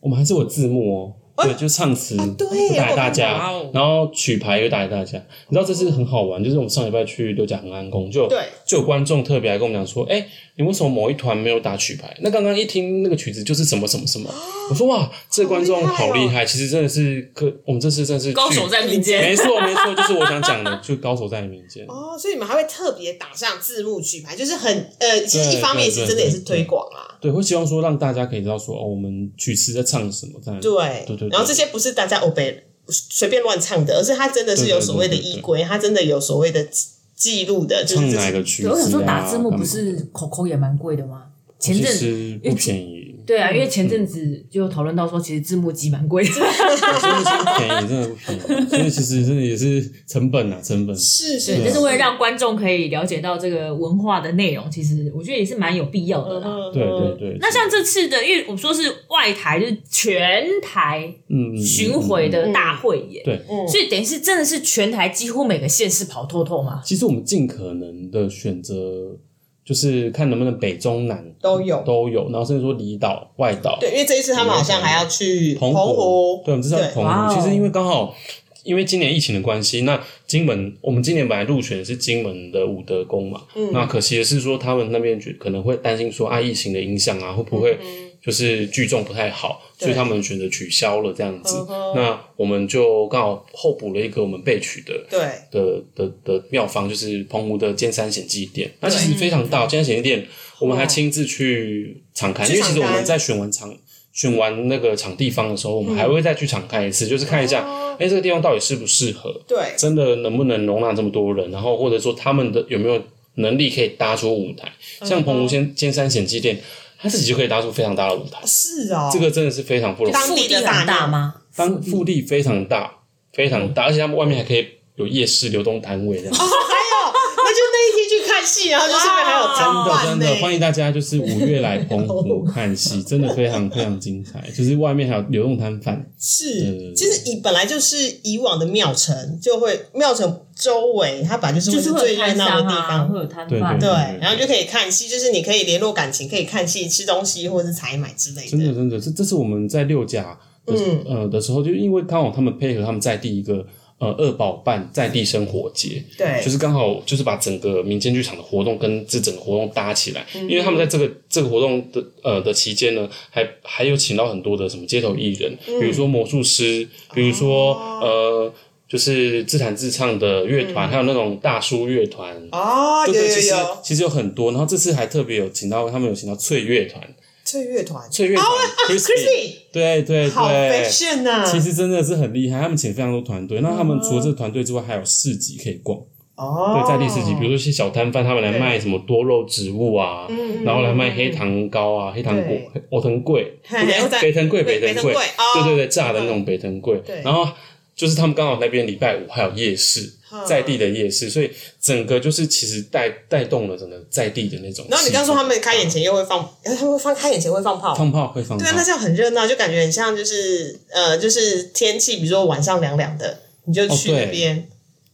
我们还是有字幕哦，对，就唱词
啊对
就打给大
我看
家
到哦，
然后曲牌又打给大家。你知道这次很好玩，就是我们上礼拜去六甲恒安宫，就
对
就有观众特别来跟我们讲说，哎，你为什么某一团没有打曲牌？那刚刚一听那个曲子就是什么什么什么，我说哇，这观众
哦好厉害哦
好厉害，其实真的是可，我们这次真的 是
高手
剧
在民间。
没错，没错，就是我想讲的，就高手在民 间。
哦，所以你们还会特别打上字幕曲牌，就是很呃，其实
对
一方面
对
是
对
真的也是
对
推广啊，
对，会希望说让大家可以知道说哦，我们曲词在唱什么，在
对
对对
然后这些不是大家欧北随便乱唱的，而是它真的是有所谓的
对对对对
依规，它真的有所谓的记记录的，就是
唱
这
哪
些
个曲
对
子、啊。
我想说打字幕
干
不
嘛
是口口也蛮贵的吗？前
其
阵
实不便宜，
对啊，因为前阵子就讨论到说，其实字幕机蛮贵的，
真的是不便宜，真的不便宜。所以其实真的也是成本啊，成本。
是是
对，
对
但是为了让观众可以了解到这个文化的内容，其实我觉得也是蛮有必要的
嗯
啦。
对对对。
那像这次的，因为我们说是外台，就是全台
嗯
巡回，
嗯嗯
的大汇演，
对
嗯
所以等于是真的是全台几乎每个县市跑透透嘛。
其实我们尽可能的选择，就是看能不能北中南
都有
都有，然后甚至说离岛、外岛，
对，因为这一次他们好像还要去
澎
湖，
对，我们这是在
对
澎
哇哦
湖。其实因为刚好，因为今年疫情的关系，那金门我们今年本来入选的是金门的武德宫嘛，那可惜的是说他们那边觉可能会担心说啊疫情的影响啊，会不会就是聚众不太好，所以他们选择取消了这样子。那我们就刚好候补了一个我们备取的
对，
的的的妙方，就是澎湖的尖山显祭殿，那其实非常大。尖山显祭殿，我们还亲自去嗯场看，
去
因为其实
场
我
勘
们在选完场、选完那个场地方的时候，我们还会再去场看一次，就是看一下，哎、这个地方到底适不适合，
对
真的能不能容纳这么多人，然后或者说他们的有没有能力可以搭出舞台，像澎湖尖尖山显祭殿，他自己就可以搭出非常大的舞台，
是哦，
这个真的是非常不容易。
当地的
很
大
大
庙
吗？
当腹地非常大，非常大，而且他们外面还可以有夜市流动摊位这样。
哦还有，那就那一天去看戏，然后就顺便还有
真
参
的
观
真
呢
的，，欢迎大家就是五月来澎湖看戏，真的非常非常精彩。就是外面还有流动摊贩，
是，
嗯
其实以本来就是以往的庙城，就会庙城周围，它本来就是
就
会
是
是
会
最
有
热
摊
闹的
商
地
啊，
方
会，有摊
对
贩，
对
对，
嗯
然后就可以看戏，就是你可以联络感情，可以看戏、吃东西或者是采买之类
真的
的。
真的，这这是我们在六甲的、呃的时候，就因为刚好他们配合他们在地一个呃二宝办在地生活节，
对
就是刚好就是把整个民间剧场的活动跟这整个活动搭起来，
嗯
因为他们在这个这个活动的呃的期间呢，还还有请到很多的什么街头艺人，
嗯
比如说魔术师，比如说、
哦
呃。就是自弹自唱的乐团，还有那种大叔乐团，
嗯哦，有
对对，
有
其实
有，
其实有很多。然后这次还特别有请到他们有请到翠乐团，
翠乐团
翠乐团
哦
Crispy，
，Chrissy，
对对
好
对，
fashion 啊嗯呐！
其实真的是很厉害，他们请非常多团队。那他们除了这个团队之外，还有市集可以逛，
哦，
对，在地市集，比如说一些小摊贩，他们来卖什么多肉植物啊，
嗯
然后来卖黑糖糕啊、黑糖果
对、
藕藤桂、
嘿嘿我在
北藤桂、
北北
藤
藤桂哦
对对对，炸的那种北藤桂
对。
然后就是他们刚好那边礼拜五还有夜市
嗯，
在地的夜市，所以整个就是其实带带动了整个在地的那种气氛。
然后你刚说他们开演前又会放，哎他们会放开演前会放炮，
放炮会放炮
对啊，，那这样很热闹，就感觉很像就是呃，就是天气，比如说晚上凉凉的，你就去
哦对
那边。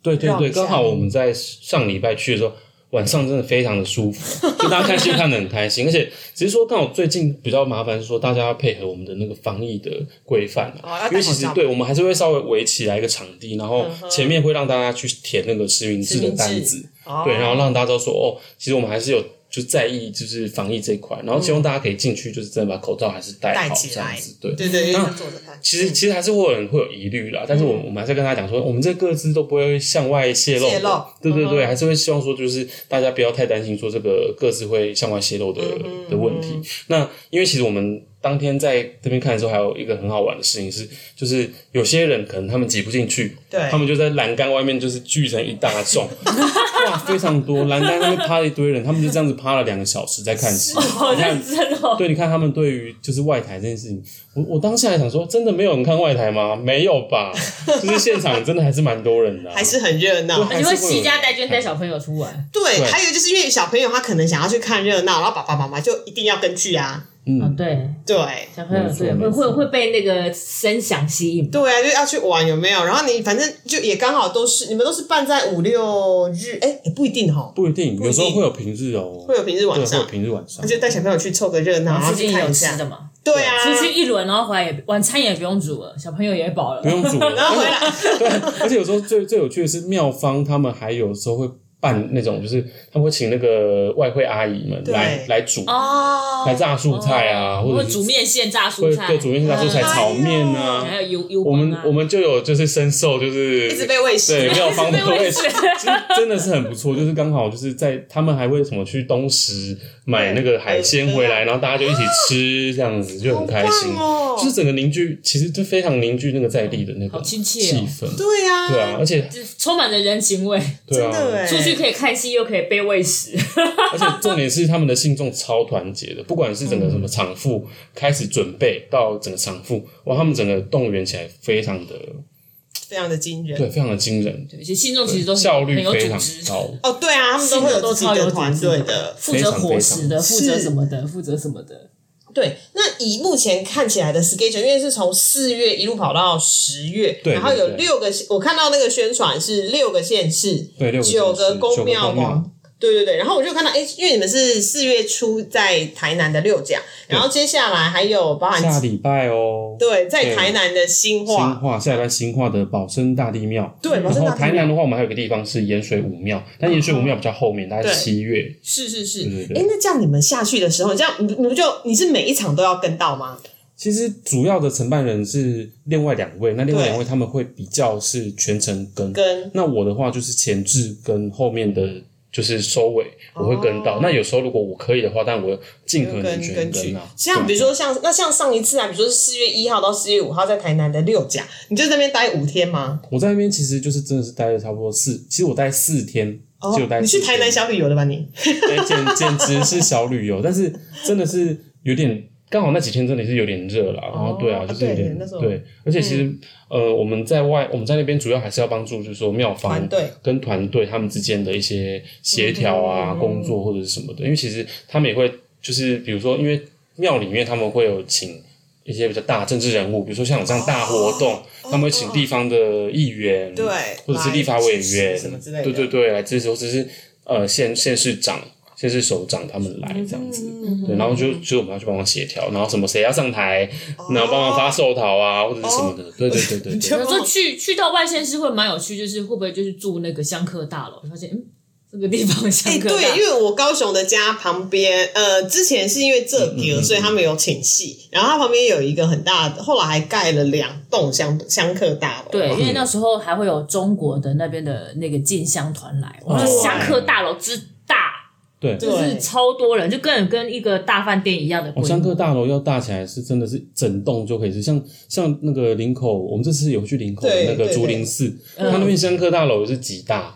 对对
绕一
对，
下
刚好我们在上礼拜去的时候，晚上真的非常的舒服， 就大家看戏看得很开心，而且只是说刚好最近比较麻烦，是说大家要配合我们的那个防疫的规范
哦
啊
要戴口罩嗯
因为其实对我们还是会稍微围起来一个场地，然后前面会让大家去填那个实名制的单
实
子，对，然后让大家都说哦，其实我们还是有。就在意就是防疫这一块，然后希望大家可以进去，就是真的把口罩还是戴
嗯戴
好
起
这样
来
子，
对对对，就
那
坐着看。
其实其实还是会有人会有疑虑啦，但是我我们还是跟他讲说，我们这各自都不会向外泄露
嗯
的，
泄露嗯
对对对，还是会希望说，就是大家不要太担心说这个各自会向外泄露的、
嗯
的问题。那因为其实我们当天在这边看的时候，还有一个很好玩的事情是，就是有些人可能他们挤不进去，
对
他们就在栏杆外面就是聚成一大众，哇，非常多。栏杆上面趴了一堆人，他们就这样子趴了两个小时在看戏。
好
你看
认真哦。
对，你看他们对于就是外台这件事情，我我当下还想说，真的没有人看外台吗？没有吧，就是现场真的还是蛮多人的啊、
还是很热闹。
对
你
还
会
是会有
惜家带眷带小朋友出来？
对，
对
还有就是因为小朋友他可能想要去看热闹，然后爸爸妈妈就一定要跟去啊。
哦
嗯，，
对，
对，
小朋友
没错
对
没
会
错
会会被那个声响吸引。
对啊，就要去玩有没有？然后你反正就也刚好都是你们都是办在五六日，哎、也不一定哈，
不一定，
一定
有时候会有平日哦、
会有平日晚
对，会有
上，
平日晚上
那。就带小朋友去凑个热闹，然后
附
去
近也
看
有
一
吃
下
的。嘛，
对啊，
出去一轮，然后回来也晚餐也不用煮了，小朋友也饱了
不。用煮了，
然后回来，
对，而且有时候最最有趣的是，妙方他们还有时候会办那种，就是他们会请那个外汇阿姨们
对哦
来来煮，
哦，
来榨蔬菜啊，或
会
者是
煮面线炸蔬
会
菜，
对煮面、榨蔬菜、
嗯
炒面
嗯还
啊。
有油油
我们
光啊
我们就有就是深受就是
一直被喂食
对妙方的
被喂
位置
食，
其实真的是很不错，就是刚好就是在他们还会什么去东石买那个海鲜回来，然后大家就一起吃，这样子就很开心
好棒哦，
就是整个凝聚，其实就非常凝聚那个在地的那
好
个
亲
气
切哦
氛。
对啊，
对啊，而且
就是充满着人情味，
对
真的
啊，
哎，
出去可以看戏又可以被喂食，
而且重点是他们的信众超团结的，不管是整个什么场妇开始准备到整个场妇，哇，他们整个动员起来非常的
非常的惊人。
对，非常的惊人，
对，其实信众其实都很
效率
很有
非
组
常
织，
高。
哦，对啊，他们都会有自己的团队的。
负责伙食的，
非
负
常
责什么的，负责什么的。
对，那以目前看起来的 schedule，因为是从四月一路跑到十月，
对
然后有
对对
六个，我看到那个宣传是六个县市，
对六个县市
九个
九
公
个
庙
公庙
王。对对对，然后我就看到，哎，因为你们是四月初在台南的六甲，然后接下来还有包
下
含
礼拜哦，
对在台南的新
新
化，
化下礼拜新化的保生大帝庙，
对保
然
生大帝庙
后
嗯
台南的话，我们还有一个地方是盐水武庙，但盐水武庙比较后面，大概
对
是七月。
是是是，
对对对
哎，那这样你们下去的时候，这样你你不就你是每一场都要跟到吗？
其实主要的承办人是另外两位，那另外
对
两位他们会比较是全程跟
跟
那我的话就是前置跟后面的就是收尾，我会跟
哦
到。那有时候如果我可以的话，但我尽可能全
根据
跟啊。
像比如说像那像上一次啊，比如说是四月一号到四月五号在台南的六甲，你就在那边待五天吗？
我在那边其实就是真的是待了差不多四，其实我待四天，
哦
只有待，
你
四
去
天
台南小旅游的吧你？
对，哎简简直是小旅游，但是真的是有点。刚好那几天真的是有点热了，然后对啊，
啊
就是有
对
点
那时候嗯
对，而且其实、呃，我们在外我们在那边主要还是要帮助，就是说妙
团
方
队
跟团队他们之间的一些协调
嗯
啊、工作或者是什么的，因为其实他们也会就是比如说，因为庙里面他们会有请一些比较大政治人物，比如说像有这样大活动，他们会请地方的议员，
哦对
或者是立法委
来支持
员
什么之类的
对对对，来支持，或者是呃县县市长、县市首长他们来这样子，
嗯
对，然后就就我们要去帮忙协调，然后什么谁要上台，
哦
然后帮忙发寿桃啊，或者是什么的，对对 对对对。
有时候去去到外县市会蛮有趣，就是会不会就是住那个香客大楼，发现嗯这个地方香
哎、
客大
对，因为我高雄的家旁边，呃，之前是因为这
嗯
个，所以他们有请戏，然后它旁边有一个很大的，后来还盖了两栋香香客大楼。
对，因为那时候还会有中国的那边的那个进香团来，我们香客大楼之大，
对
哦对
就是超多人，就跟跟一个大饭店一样的规
哦，
模。
香客大楼要大起来是真的是整栋就可以是，像像那个林口，我们这次有去林口的
对
那个
对
竹
对嗯
林寺，它那边香客大楼也是极大。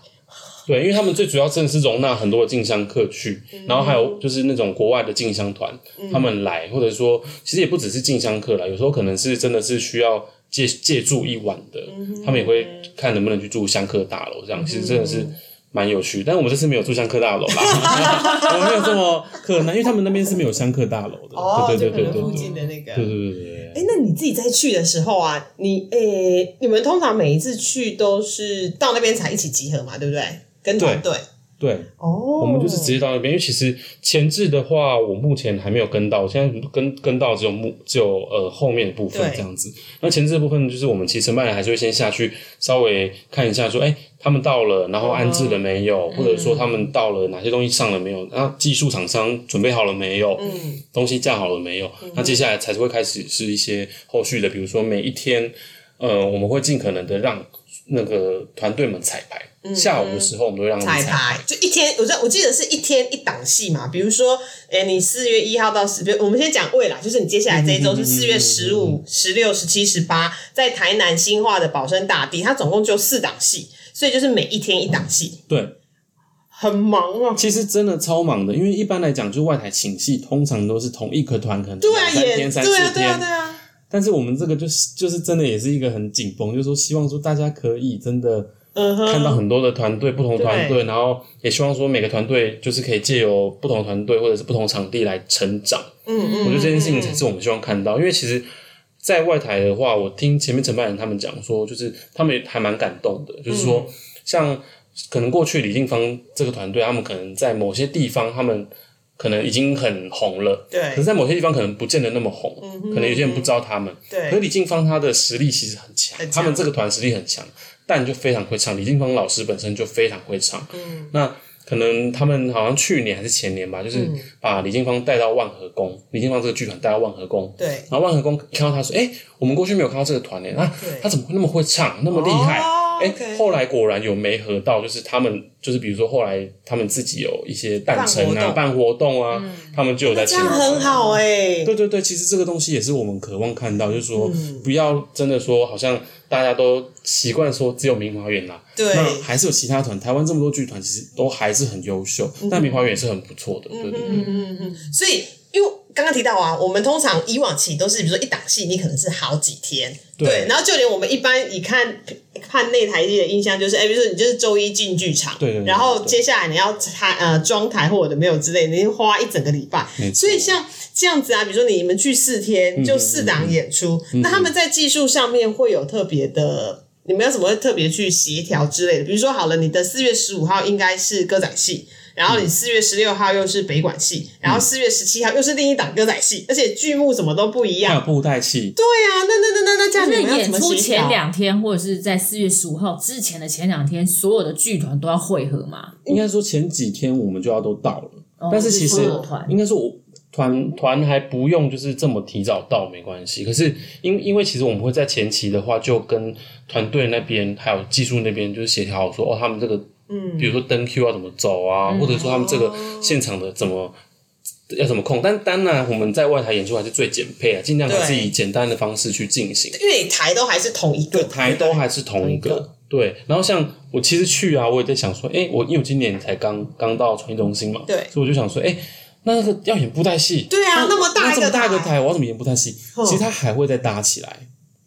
对，因为他们最主要真的是容纳很多的进香客去，
嗯
然后还有就是那种国外的进香团，他们来，或者说其实也不只是进香客啦，有时候可能是真的是需要借借住一晚的，
嗯
他们也会看能不能去住香客大楼这样，其实真的
嗯
是。蛮有趣，但是我们这次没有住香客大楼啦， 我们没有这么可能，因为他们那边是没有香客大楼的，
哦，
对对
就可
对对
能
对
附
对
近的那个。
对对对对。
哎、那你自己在去的时候啊，你诶、你们通常每一次去都是到那边才一起集合嘛，对不对？跟团队
对，
哦，我
我们就是直接到那边，因为其实前置的话，我目前还没有跟到，我现在跟跟到只有目只有呃后面的部分
对
这样子。那前置的部分就是我们其实承办人还是会先下去稍微看一下说、哎他们到了，然后安置了没有，
嗯
或者说他们到了哪些东西上了没有，那技术厂商准备好了没有，
嗯，
东西架好了没有，那接下来才会开始是一些后续的，比如说每一天，呃，我们会尽可能的让那个团队们彩排。下午的时候，我们都会让他
嗯
们
彩
彩
排，就一天，我知道我记得是一天一档戏嘛。比如说，诶、你四月一号到十，比如我们先讲未来，就是你接下来这
嗯
一周是四月十五、十六、十七、十八，在台南新化的保生大地，它总共就四档戏，所以就是每一天一档戏。
对，
很忙啊。
其实真的超忙的，因为一般来讲，就外台请戏通常都是同一个团，可能
对啊，
两三
也
天、三
对啊，
四
对啊，对
天。
啊。
但是我们这个就是就是真的也是一个很紧绷，就是说希望说大家可以真的
嗯哼，
看到很多的团队，不同的团
对
队，然后也希望说每个团队就是可以借由不同的团队或者是不同场地来成长。
嗯嗯，
我觉得这件事情
嗯
才是我们希望看到，因为其实，在外台的话，我听前面承办人他们讲说，就是他们也还蛮感动的，就是
嗯
说，像可能过去李定芳这个团队，他们可能在某些地方，他们可能已经很红了，
对嗯
可是在某些地方可能不见得那么红，可能有些人不知道他们。可是
对
李静芳她的实力其实很强，
很强
他们这个团实力很强，但就非常会唱。李静芳老师本身就非常会唱，嗯，那可能他们好像去年还是前年吧，
嗯
就是把李静芳带到万和宫，李静芳这个剧团带到万和宫，
对，
然后万和宫看到他说：“哎、我们过去没有看到这个团诶、那
对
他怎么会那么会唱，那么厉害？”
哦
哎、
OK
后来果然有没合到，就是他们，就是比如说后来他们自己有一些诞辰啊、
办嗯
办活动啊，他们就有在
这
请
样
老师
很好哎。
对对对，其实这个东西也是我们渴望看到，就是说、
嗯
不要真的说好像大家都习惯说只有明华园啦，
对
那还是有其他团，台湾这么多剧团其实都还是很优秀，
嗯
但明华园也是很不错的，对对对。
所以，因为刚刚提到啊，我们通常以往期都是，比如说一档戏，你可能是好几天，
对
然后就连我们一般以看看内台戏的印象，就是，哎，比如说你就是周一进剧场，
对对对
然后
对
接下来你要台呃装台或者没有之类，你花一整个礼拜
没。错嗯
所以像这样子啊，比如说你们去四天，就四档演出，那他们在技术上面会有特别的。你们要怎么会特别去协调之类的？比如说，好了，你的四月十五号应该是歌仔戏，然后你四月十六号又是北管戏，然后四月十七号又是另一档歌仔戏，而且剧目什么都不一
还有
样。
布袋戏，
对啊，那那那那那这样
就
你
是
们要怎
演
么
出
协
前
调？
两天，或者是在四月十五号之前的前两天，所有的剧团都要汇合嘛？
应该说前几天我们就要都到了，
哦
但是其
就
实
是所有团
应该说我团团还不用就是这么提早到没关系，可是因因为其实我们会在前期的话就跟团队那边还有技术那边就是协调好说哦他们这个嗯，比如说灯 Q 要怎么走啊，或者说他们这个现场的怎么。要怎么控？但当然，我们在外台演出还是最简配啊，尽量还是
对
以简单的方式去进行。
因为你台都还是同一个，
台都还是同一
同一
个。对，然后像我其实去啊，我也在想说，哎、我因为我今年才刚刚到创意中心嘛，
对
所以我就想说，哎、那那个要演布袋戏，
对啊那么大一个
那这么大一个
台
台，我要怎么演布袋戏？其实它还会再搭起来，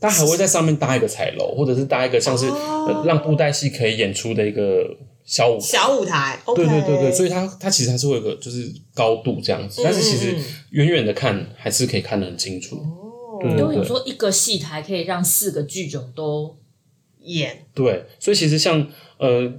它还会在上面搭一个彩楼，或者是搭一个像是、呃让布袋戏可以演出的一个小舞
哦
台
小舞台。
对对对对，所
以
以它它其实还是会有一个就是高度这样子，但是其实
嗯嗯哦
远远的看还是可以看得很清楚。对
因
对
为
嗯对
你。说一个戏台可以让四个剧种都
演
对，所以其实像呃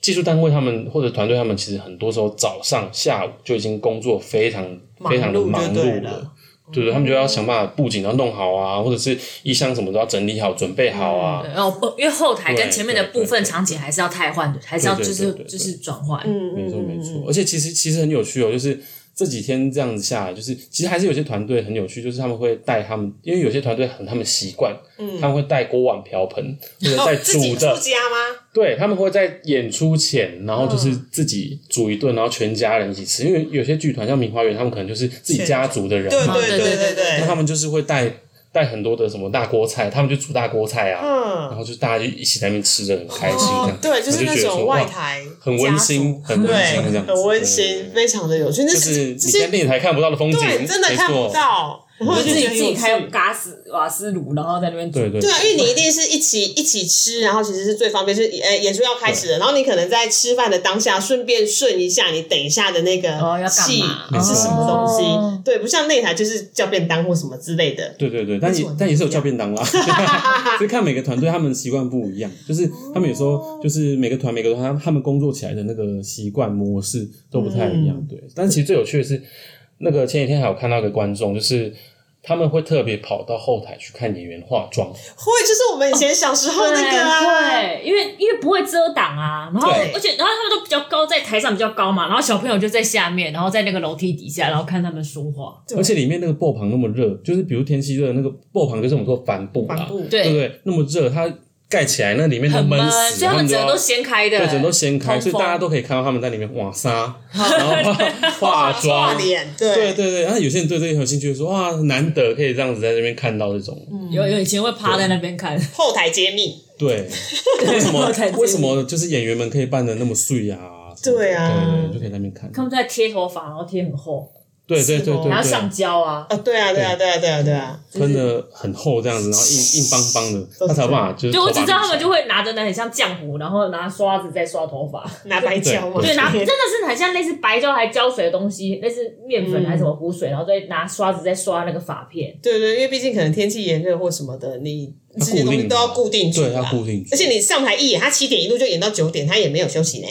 技术单位他们或者团队他们，其实很多时候早上、下午就已经工作非常
忙
非常的
碌就
忙
对
碌
了
了。对对，他们就要想办法布景要弄好啊，或者是衣箱什么都要整理好、准备好啊。
对
然后呃因为后台跟
对
前面的
对
部分
对
场景还是要太换的，还是要
对
就
对
是
对对对
就是转换。
嗯
没错没错，而且其实其实很有趣哦，就是这几天这样子下来，就是其实还是有些团队很有趣，就是他们会带他们，因为有些团队很他们习惯，他们会带锅碗瓢盆或者带
哦，嗯 自己
煮
住
的，
家吗？
对他们会在演出前，然后就是
嗯
自己煮一顿，然后全家人一起吃。因为有些剧团像明花园，他们可能就是自己家族的人
对
嘛，
对
对
对
对
对
对
那
对，
他们就是会带带很多的什么大锅菜，他们就煮大锅菜啊，然
嗯，哦
后就大家就一起在那边吃的很开心，这样
对，就是
我
那
觉得说
种
哇
外台，
很温馨，很温馨
对，
这样子，
很温
对
馨，。
对对
非常的有趣。那
就是
这
你在
些
电视台看不到的风景，
对真的
没
看不
错，
到，然后
就
就
自己
觉得
自
很
己
有
开
趣。
嘎斯瓦斯炉，然后在那边煮。
对对
对啊，因为你一定是一起一起吃，然后其实是最方便，就是呃演出要开始了，然后你可能在吃饭的当下顺便顺一下你等一下的那个
哦要干
戏
嘛
没
是
错
什么东西，
哦
对，不像内台就是叫便当或什么之类的，
对对对，但也但也是有叫便当啦， 所以看每个团队他们习惯不一样，就是他们有时候就是每个团每个团他们工作起来的那个习惯模式都不太一样，对。但其实最有趣的是，那个前几天还有看到一个观众，就是他们会特别跑到后台去看演员化妆，
会就是我们以前小时候那个啊，
对，因为因为不会遮挡啊，然后
对
而且然后他们都比较高，在台上比较高嘛，然后小朋友就在下面，然后在那个楼梯底
嗯
下，然后看他们说话。
对
而且里面那个布旁那么热，就是比如天气热，那个布旁就是我们说帆布
哦
帆
啦，
布
对不
对，
对？那么热，它盖起来那里面都
很
闷
闷，
死，
所以他们
就
整个
要
都掀开的，
对，整个都掀开，
通
所以大家
风
都可以看到他们在里面哇沙，然后化化
画
妆。
脸，
对对对，然后有些人对这个很有兴趣，说哇，难得可以这样子在这边看到这种，
有有以前会趴在那边看，
后台揭秘，
对，为什么
我看见
为什么就是演员们可以扮的那么碎啊？之类的
对啊
对对对，你就可以在那边看。
他们在贴头发，然后贴很厚，
对对对
是
对
哦
对，
然后上胶啊，
啊，对啊，对啊，对啊，对啊，对啊，
喷的很厚这样子，然后硬硬邦邦的，他才有办法就是。
就我只知道他们就
会。
会拿着那很像浆糊，然后拿刷子在刷头发，
拿白啊胶嘛，
对， 拿真
对
的是很像类似白胶还胶水的东西，类似面粉还
嗯
是什么糊水，然后再拿刷子再刷那个发片。
对，因为毕竟可能天气炎热或什么的，你这些东
固
西
定
都要固定住
对，
啦
要固定住
而，且你上台一演，他七点一路就演到九点，他也没有休息呢。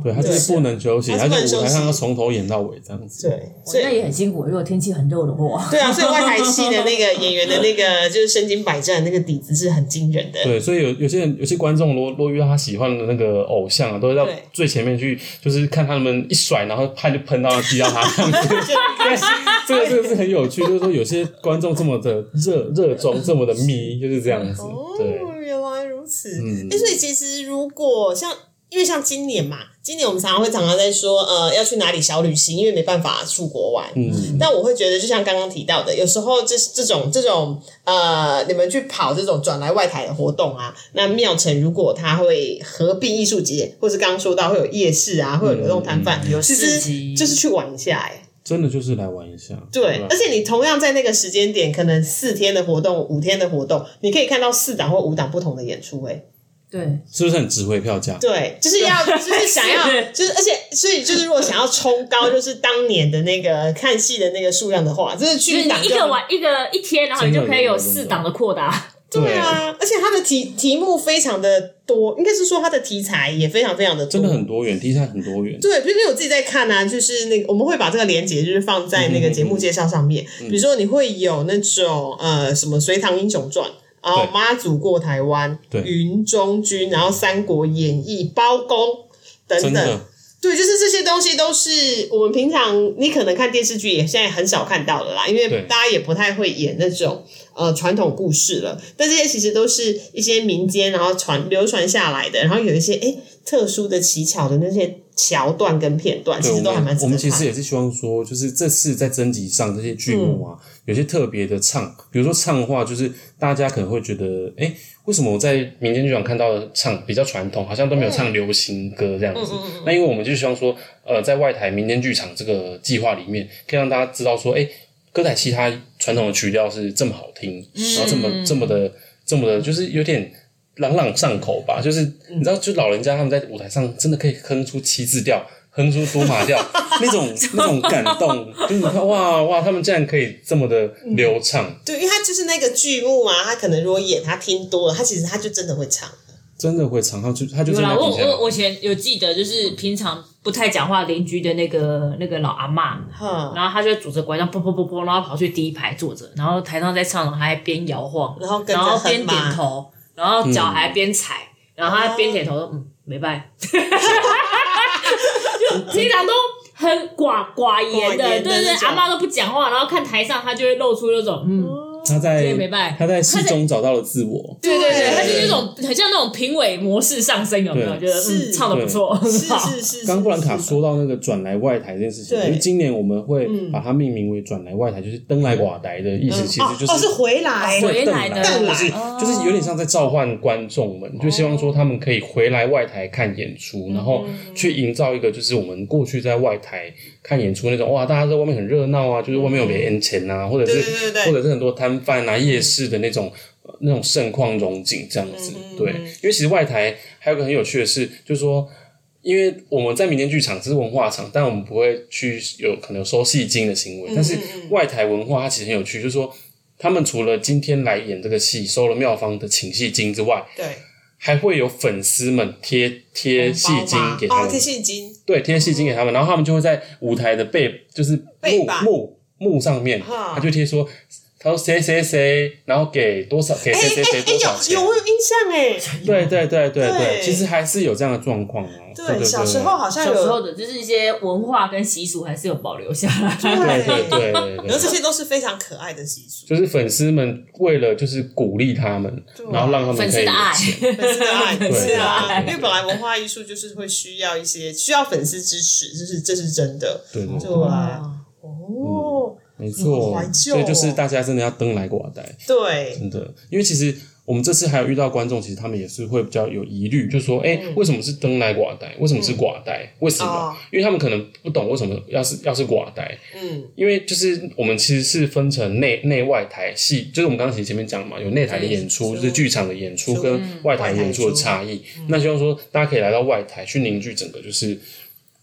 对，他就是不能休息，
对
他
他是不能
在舞
休
台
息
上要从头演到尾这样子。
对，所以
那也很辛苦。如果天气很热的话，
对啊，所以外台戏的那个演员的那个就是身经百战，那个底子是很惊人的。
对，所以有有些人有些观众，如果如果遇到他喜欢的那个偶像啊，都会到
对
最前面去，就是看他们一甩，然后派就喷到踢到他 这样子。但是这个这个是很有趣，就是说有些观众这么的热热衷，这么的迷，就是这样子。对，
哦，原来如此。
嗯
哎、所以其实如果像，因为像今年嘛，今年我们常常会常常在说，呃，要去哪里小旅行，因为没办法出国玩。
嗯，
但我会觉得，就像刚刚提到的，有时候这这种这种呃，你们去跑这种转来外台的活动啊，那庙城如果它会合并艺术节，或是刚刚说到会有夜市啊，会有流动摊贩，
嗯
其
市
实
集
就是去玩一下、欸，
真的就是来玩一下。
对，
吧
而且你同样在那个时间点，可能四天的活动、五天的活动，你可以看到四档或五档不同的演出、欸，
对，
是不是很值回票价？
对，就是要就是想要
啊是
就是，而且所以就是如果想要冲高，就是当年的那个看戏的那个数量的话，就是
就是
去
你
档
一
就
个晚一个一天，然后你就可以有四档的扩大。
对，啊，而且它的题题目非常的多，应该是说它的题材也非常非常的多，
真的很多元，题材很多元。
对，因为我自己在看啊，就是那个我们会把这个连接就是放在
嗯
那个节目介绍上面，比如说你会有那种呃什么《隋唐英雄传》。然后
对
妈祖过台湾，
对
云中君，然后《三国演义》、包公等
真
等
的，，
对，就是这些东西都是我们平常你可能看电视剧也现在很少看到了啦，因为
对
大家也不太会演那种呃传统故事了。但这些其实都是一些民间然后传流传下来的，然后有一些哎特殊的奇巧的那些桥段跟片段，其
对，我
实都还蛮
们
值
我
得
们其实
看。
也是希望说，就是这次在征集上这些剧目
嗯
啊，有些特别的唱，比如说唱的话，就是大家可能会觉得，哎、为什么我在民间剧场看到的唱比较传统，好像都
嗯
没有唱流行歌这样子？那因为我们就希望说，呃，在外台民间剧场这个计划里面，可以让大家知道说，哎、歌仔戏它传统的曲调是这么好听，
嗯
然后这么这么的这么的，就是有点。朗朗上口吧，就是
嗯
你知道，就老人家他们在舞台上真的可以哼出七字调，哼出多马调 那种那种感动，就是你看哇哇，他们竟然可以这么的
嗯
流畅，
对，因为他就是那个剧目嘛，他可能如果演他听多了，他其实他就真的会唱。
真的会唱，他就他就
有
真
啦，
的
我
底下
我我以前有记得，就是平常不太讲话邻居的那个那个老阿嬷，
哈，
然后她就拄着拐杖，砰砰砰砰，然后跑去第一排坐着，然后台上在唱，然后还边摇晃，
然后跟着
然后
哼
边点
嘛
头，然后
嗯
脚还边踩，然后她边点
哦
头说嗯，没拜，就 平常都。很寡寡言的，
寡言的
对对，
那种
阿妈都不讲话，然后看台上，她就会露出那种嗯，
他
所
在
以没办法
他在戏中找到了自我，
对对对，
对
她就是那种很像那种评委模式上升，有没有？
对
觉得
是
嗯，唱的不错，
是
很好
是是，
刚刚布兰卡
是
说到那个转来外台这件事情，
对嗯
因为今年我们会把它命名为转来外台，就是登来寡台的意思，其实就
哦哦是回来，哦
回来的
的，就是就是有点像在召唤观众们，就希望说他们可以回来外台看演
嗯
出，然后去营造一个就是我们过去在外台看演出那种哇，大家在外面很热闹啊，就是外面有别人钱啊，或者
嗯对对
是
对
或者是很多摊贩啊、夜市的那种。呃那种盛况荣景这样
嗯
子，对，因为其实外台还有个很有趣的事，就是说，因为我们在民间剧场这是文化场，但我们不会去有可能收戏精的
嗯
行为。但是外台文化它其实很有趣，就是说他们除了今天来演这个戏收了妙方的请戏精之外，
对，
还会有粉丝们贴贴戏精给他
哦，
们，
贴戏精，
对，贴戏精给他们，然后他们就会在舞台的背就是
背
幕
板
幕幕上面，
哈
他就贴说。他说谁谁谁，然后给多少给
哎
谁
哎
谁谁
哎，
多少
有
钱
有？我有印象哎，
对对对对
对
对，其实还是有这样的状况哦。对对，
对，小时候好像
小时候
有，
的，就是一些文化跟习俗还是有保留下来。
对对对对对，
然后这些都是非常可爱的习俗，
就是粉丝们为了就是鼓励他们，
啊
然后让他们
粉
可
丝
以
的爱，
粉丝的爱，是
对
啊，
啊
因为本来文化艺术就是会需要一些需要粉丝支持，就是这是真的，
对对
对
对，
哦，
没
好
错嗯
怀，旧哦
所以就是大家真的要登来寡待，
对，
真的，因为其实我们这次还有遇到观众，其实他们也是会比较有疑虑，就说：“哎、为什么是灯来寡呆？为什么是寡呆？为什
嗯
么？”
哦
因为他们可能不懂为什么要是要是寡呆，
嗯，
因为就是我们其实是分成内内外台戏，就是我们刚刚其实前面讲嘛，有内台的演
嗯
出，就是剧场的演出
嗯
出
跟
外
外台
台
演出的
出
差异。那希望说大家可以来到外台去凝聚整个就是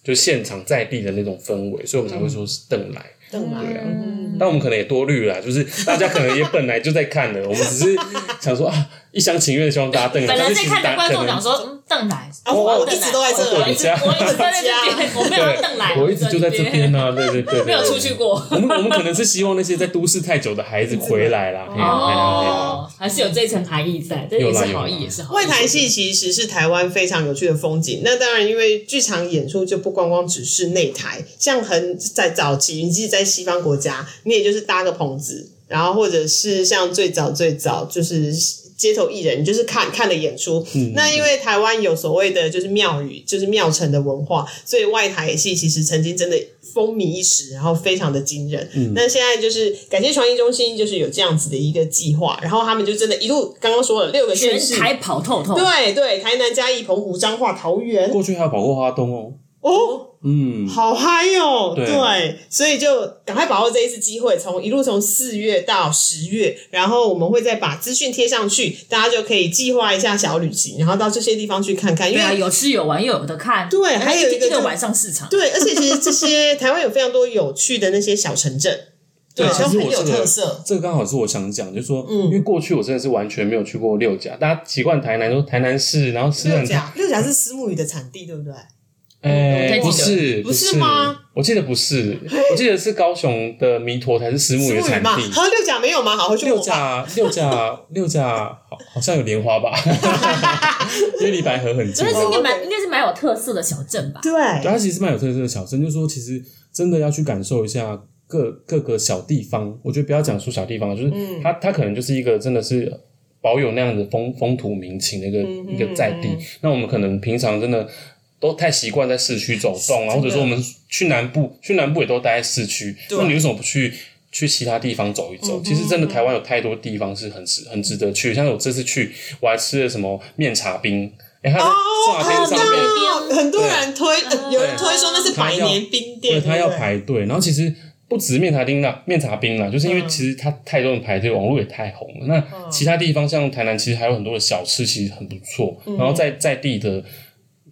就是现场在地的那种氛围，所以我们才会说是邓来。
邓来，
对啊
嗯
但我们可能也多虑了啦，就是大家可能也本来就在看的，我们只 是想说啊，一厢情愿地希望大家瞪。
本来
但是
在
其实
看的
大
观众
可能
想说，嗯，邓来，
啊我
哦
我一直都在这
我一直
我
我一直在这边，我没有要
对
邓来，
我一直就在这边呢、啊，对对对对，
没有出去过。
我们我们可能是希望那些在都市太久的孩子回来 啦。嘿啊嘿啊嘿啊
哦，还是有这一层含义在，这也是好意，也是好意。
外台戏其实是台湾非常有趣的风景。那当然，因为剧场演出就不光光只是内台，像很在早期，你即使在西方国家，你也就是搭个棚子，然后或者是像最早最早就是。街头艺人，你就是看看的演出。那因为台湾有所谓的就是庙宇，就是庙城的文化，所以外台戏其实曾经真的风靡一时，然后非常的惊人。那现在就是感谢传艺中心，就是有这样子的一个计划，然后他们就真的一路刚刚说了六个县
全
市，
台跑透透，
对啊对，台南、嘉义、澎湖、彰化、桃园，
过去还有跑过花东哦，
哦，
嗯，
好嗨哦！
对
所以就赶快把握这一次机会，从一路从四月到十月，然后我们会再把资讯贴上去，大家就可以计划一下小旅行，然后到这些地方去看看，因
对
为
啊，有吃有玩又有的看，
对还有一个
天天
就
的晚上市场，
对，而且其实这些台湾有非常多有趣的那些小城镇，
对，其
都
实
很
我
有
这
特
个
色。
这个刚好是我想讲，就是说，因为过去我真的是完全没有去过六甲，大家习惯台南，说台南市，然后吃
六
很，
甲，六甲是思慕语的产地，对不对？
哎，
我
不
不太记
是，
不是吗？
我记得不是，我记得是高雄的弥陀才是石木
思
鱼的
慕语
产
嘛，
地。
和六甲没有吗？好，回去问
六
我爸。
甲，六甲，六甲，好，好像有莲花吧，因为离白河很近
真。的是应该
哦
蛮应该是蛮有特色的小镇吧。
对，
对，它其实蛮有特色的小镇，就是说其实真的要去感受一下各各个小地方。我觉得不要讲说小地方，啊就是
嗯
它、它可能就是一个真的是保有那样子风风土民情的一个、
嗯
一个在地。那我们可能平常真的。都太习惯在市区走动啊，或者说我们去南部，去南部也都待在市区。
对嗯
那你为什么不去去其他地方走一走？其实真的台湾有太多地方是很值很值得去。像我这次去，我还吃了什么面茶冰，哎、它在
哦，
茶冰
很
上面、
多很多人推，呃有人推说那是
他
百
要
年冰店，
对他要
不
排队。然后其实不止面茶冰啦，面茶冰啦，就是因为其实他太多人排队，网络也太红了。那其他地方像台南，其实还有很多的小吃，其实很不错。然后在在地的。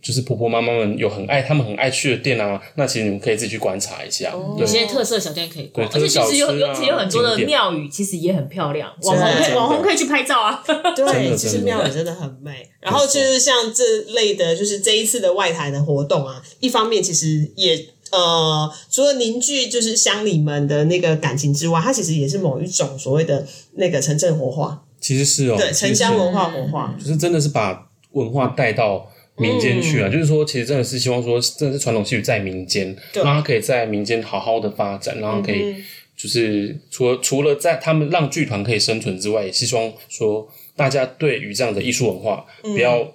就是婆婆妈妈们有很爱，他们很爱去的店啊，那其实你们可以自己去观察一下。
有
对，
些特色小店可以逛，而
对
且其实有
特色小吃啊
而且有很多的
景点
庙宇，其实也很漂亮，网
真
红
的
可以网红可以去拍照啊。
真
对，
的
哎其实
真的
庙宇真的很美。然后就是像这类的，就是这一次的外台的活动啊，一方面其实也呃，除了凝聚就是乡里们的那个感情之外，它其实也是某一种所谓的那个城镇活化，
其实是哦，
对，城乡
其实是
文化活化。
就是真的是把文化带到民间去了、就是说，其实真的是希望说，真的是传统戏曲在民间，让它可以在民间好好的发展，然后可以就是除了除了在他们让剧团可以生存之外，也是希望说大家对于这样的艺术文化、不要。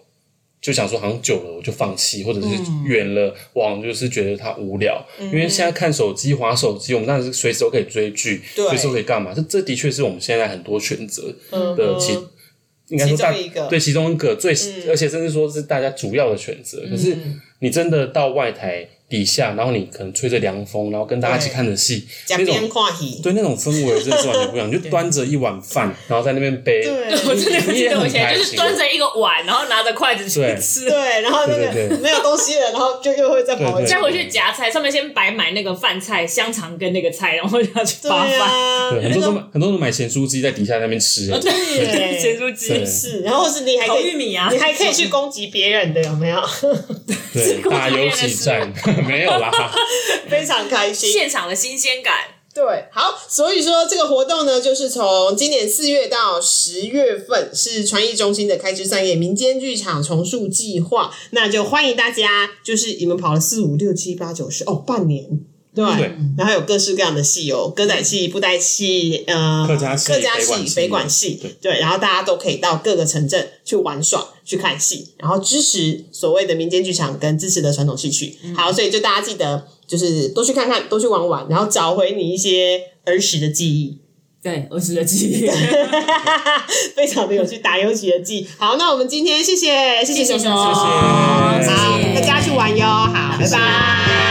就想说，好像久了我就放弃，或者是远了，我好像就是觉得它无聊。因为现在看手机、划手机，我们当然是随时都可以追剧，
对
随时都可以干嘛。这这的确是我们现在很多选择的
呃
其
嗯
应该说大
其中一个
对其中一个最，
嗯
而且甚至说是大家主要的选择。可是你真的到外台底下，然后你可能吹着凉风，然后跟大家一起
对
看着戏，
假
那
边
种
跨戏，
对那种氛围真的是完全不一样。你就端着一碗饭，然后在那边背，
对
我真的记得我以前就
你
是
也很开
端
心
着一个碗，然后拿着筷子去
对
吃，
对，然后那
对
个
对对
没有东西了，然后就又会再跑回去
对
再。回去夹菜，上面先白买那个饭菜、香肠跟那个菜，然后要去
对
扒饭。
啊，
对，很
那
多
个
都买很多人买咸酥鸡在底下那边吃，
哦
哎
对啊
咸酥鸡
对
是，然后是你还可
烤
以
玉，米啊，
你还可以去攻击别人的，有没有？
对，打游击战 没有 啦，
非常开心。
现场的新鲜感。
对，好，所以说这个活动呢，就是从今年四月到十月份是传艺中心的开枝散叶民间剧场重塑计划，那就欢迎大家，就是你们跑了四五六七八九十哦，半年。对，
对
然后有各式各样的戏哦，歌仔戏、布袋戏、呃，
嗯客家戏
客家
北管
戏、
戏
北管戏，
对
对，然后大家都可以到各个城镇去玩耍、去看戏，然后支持所谓的民间剧场跟支持的传统戏曲。
嗯
好，所以就大家记得，就是多去看看，多去玩玩，然后找回你一些儿时的记忆。
对，儿时的记忆。
非常的有趣，打游戏的记。好，那我们今天谢谢，谢
谢
熊
谢
熊，
熊熊
好
谢谢，
大家去玩哟，好，拜拜。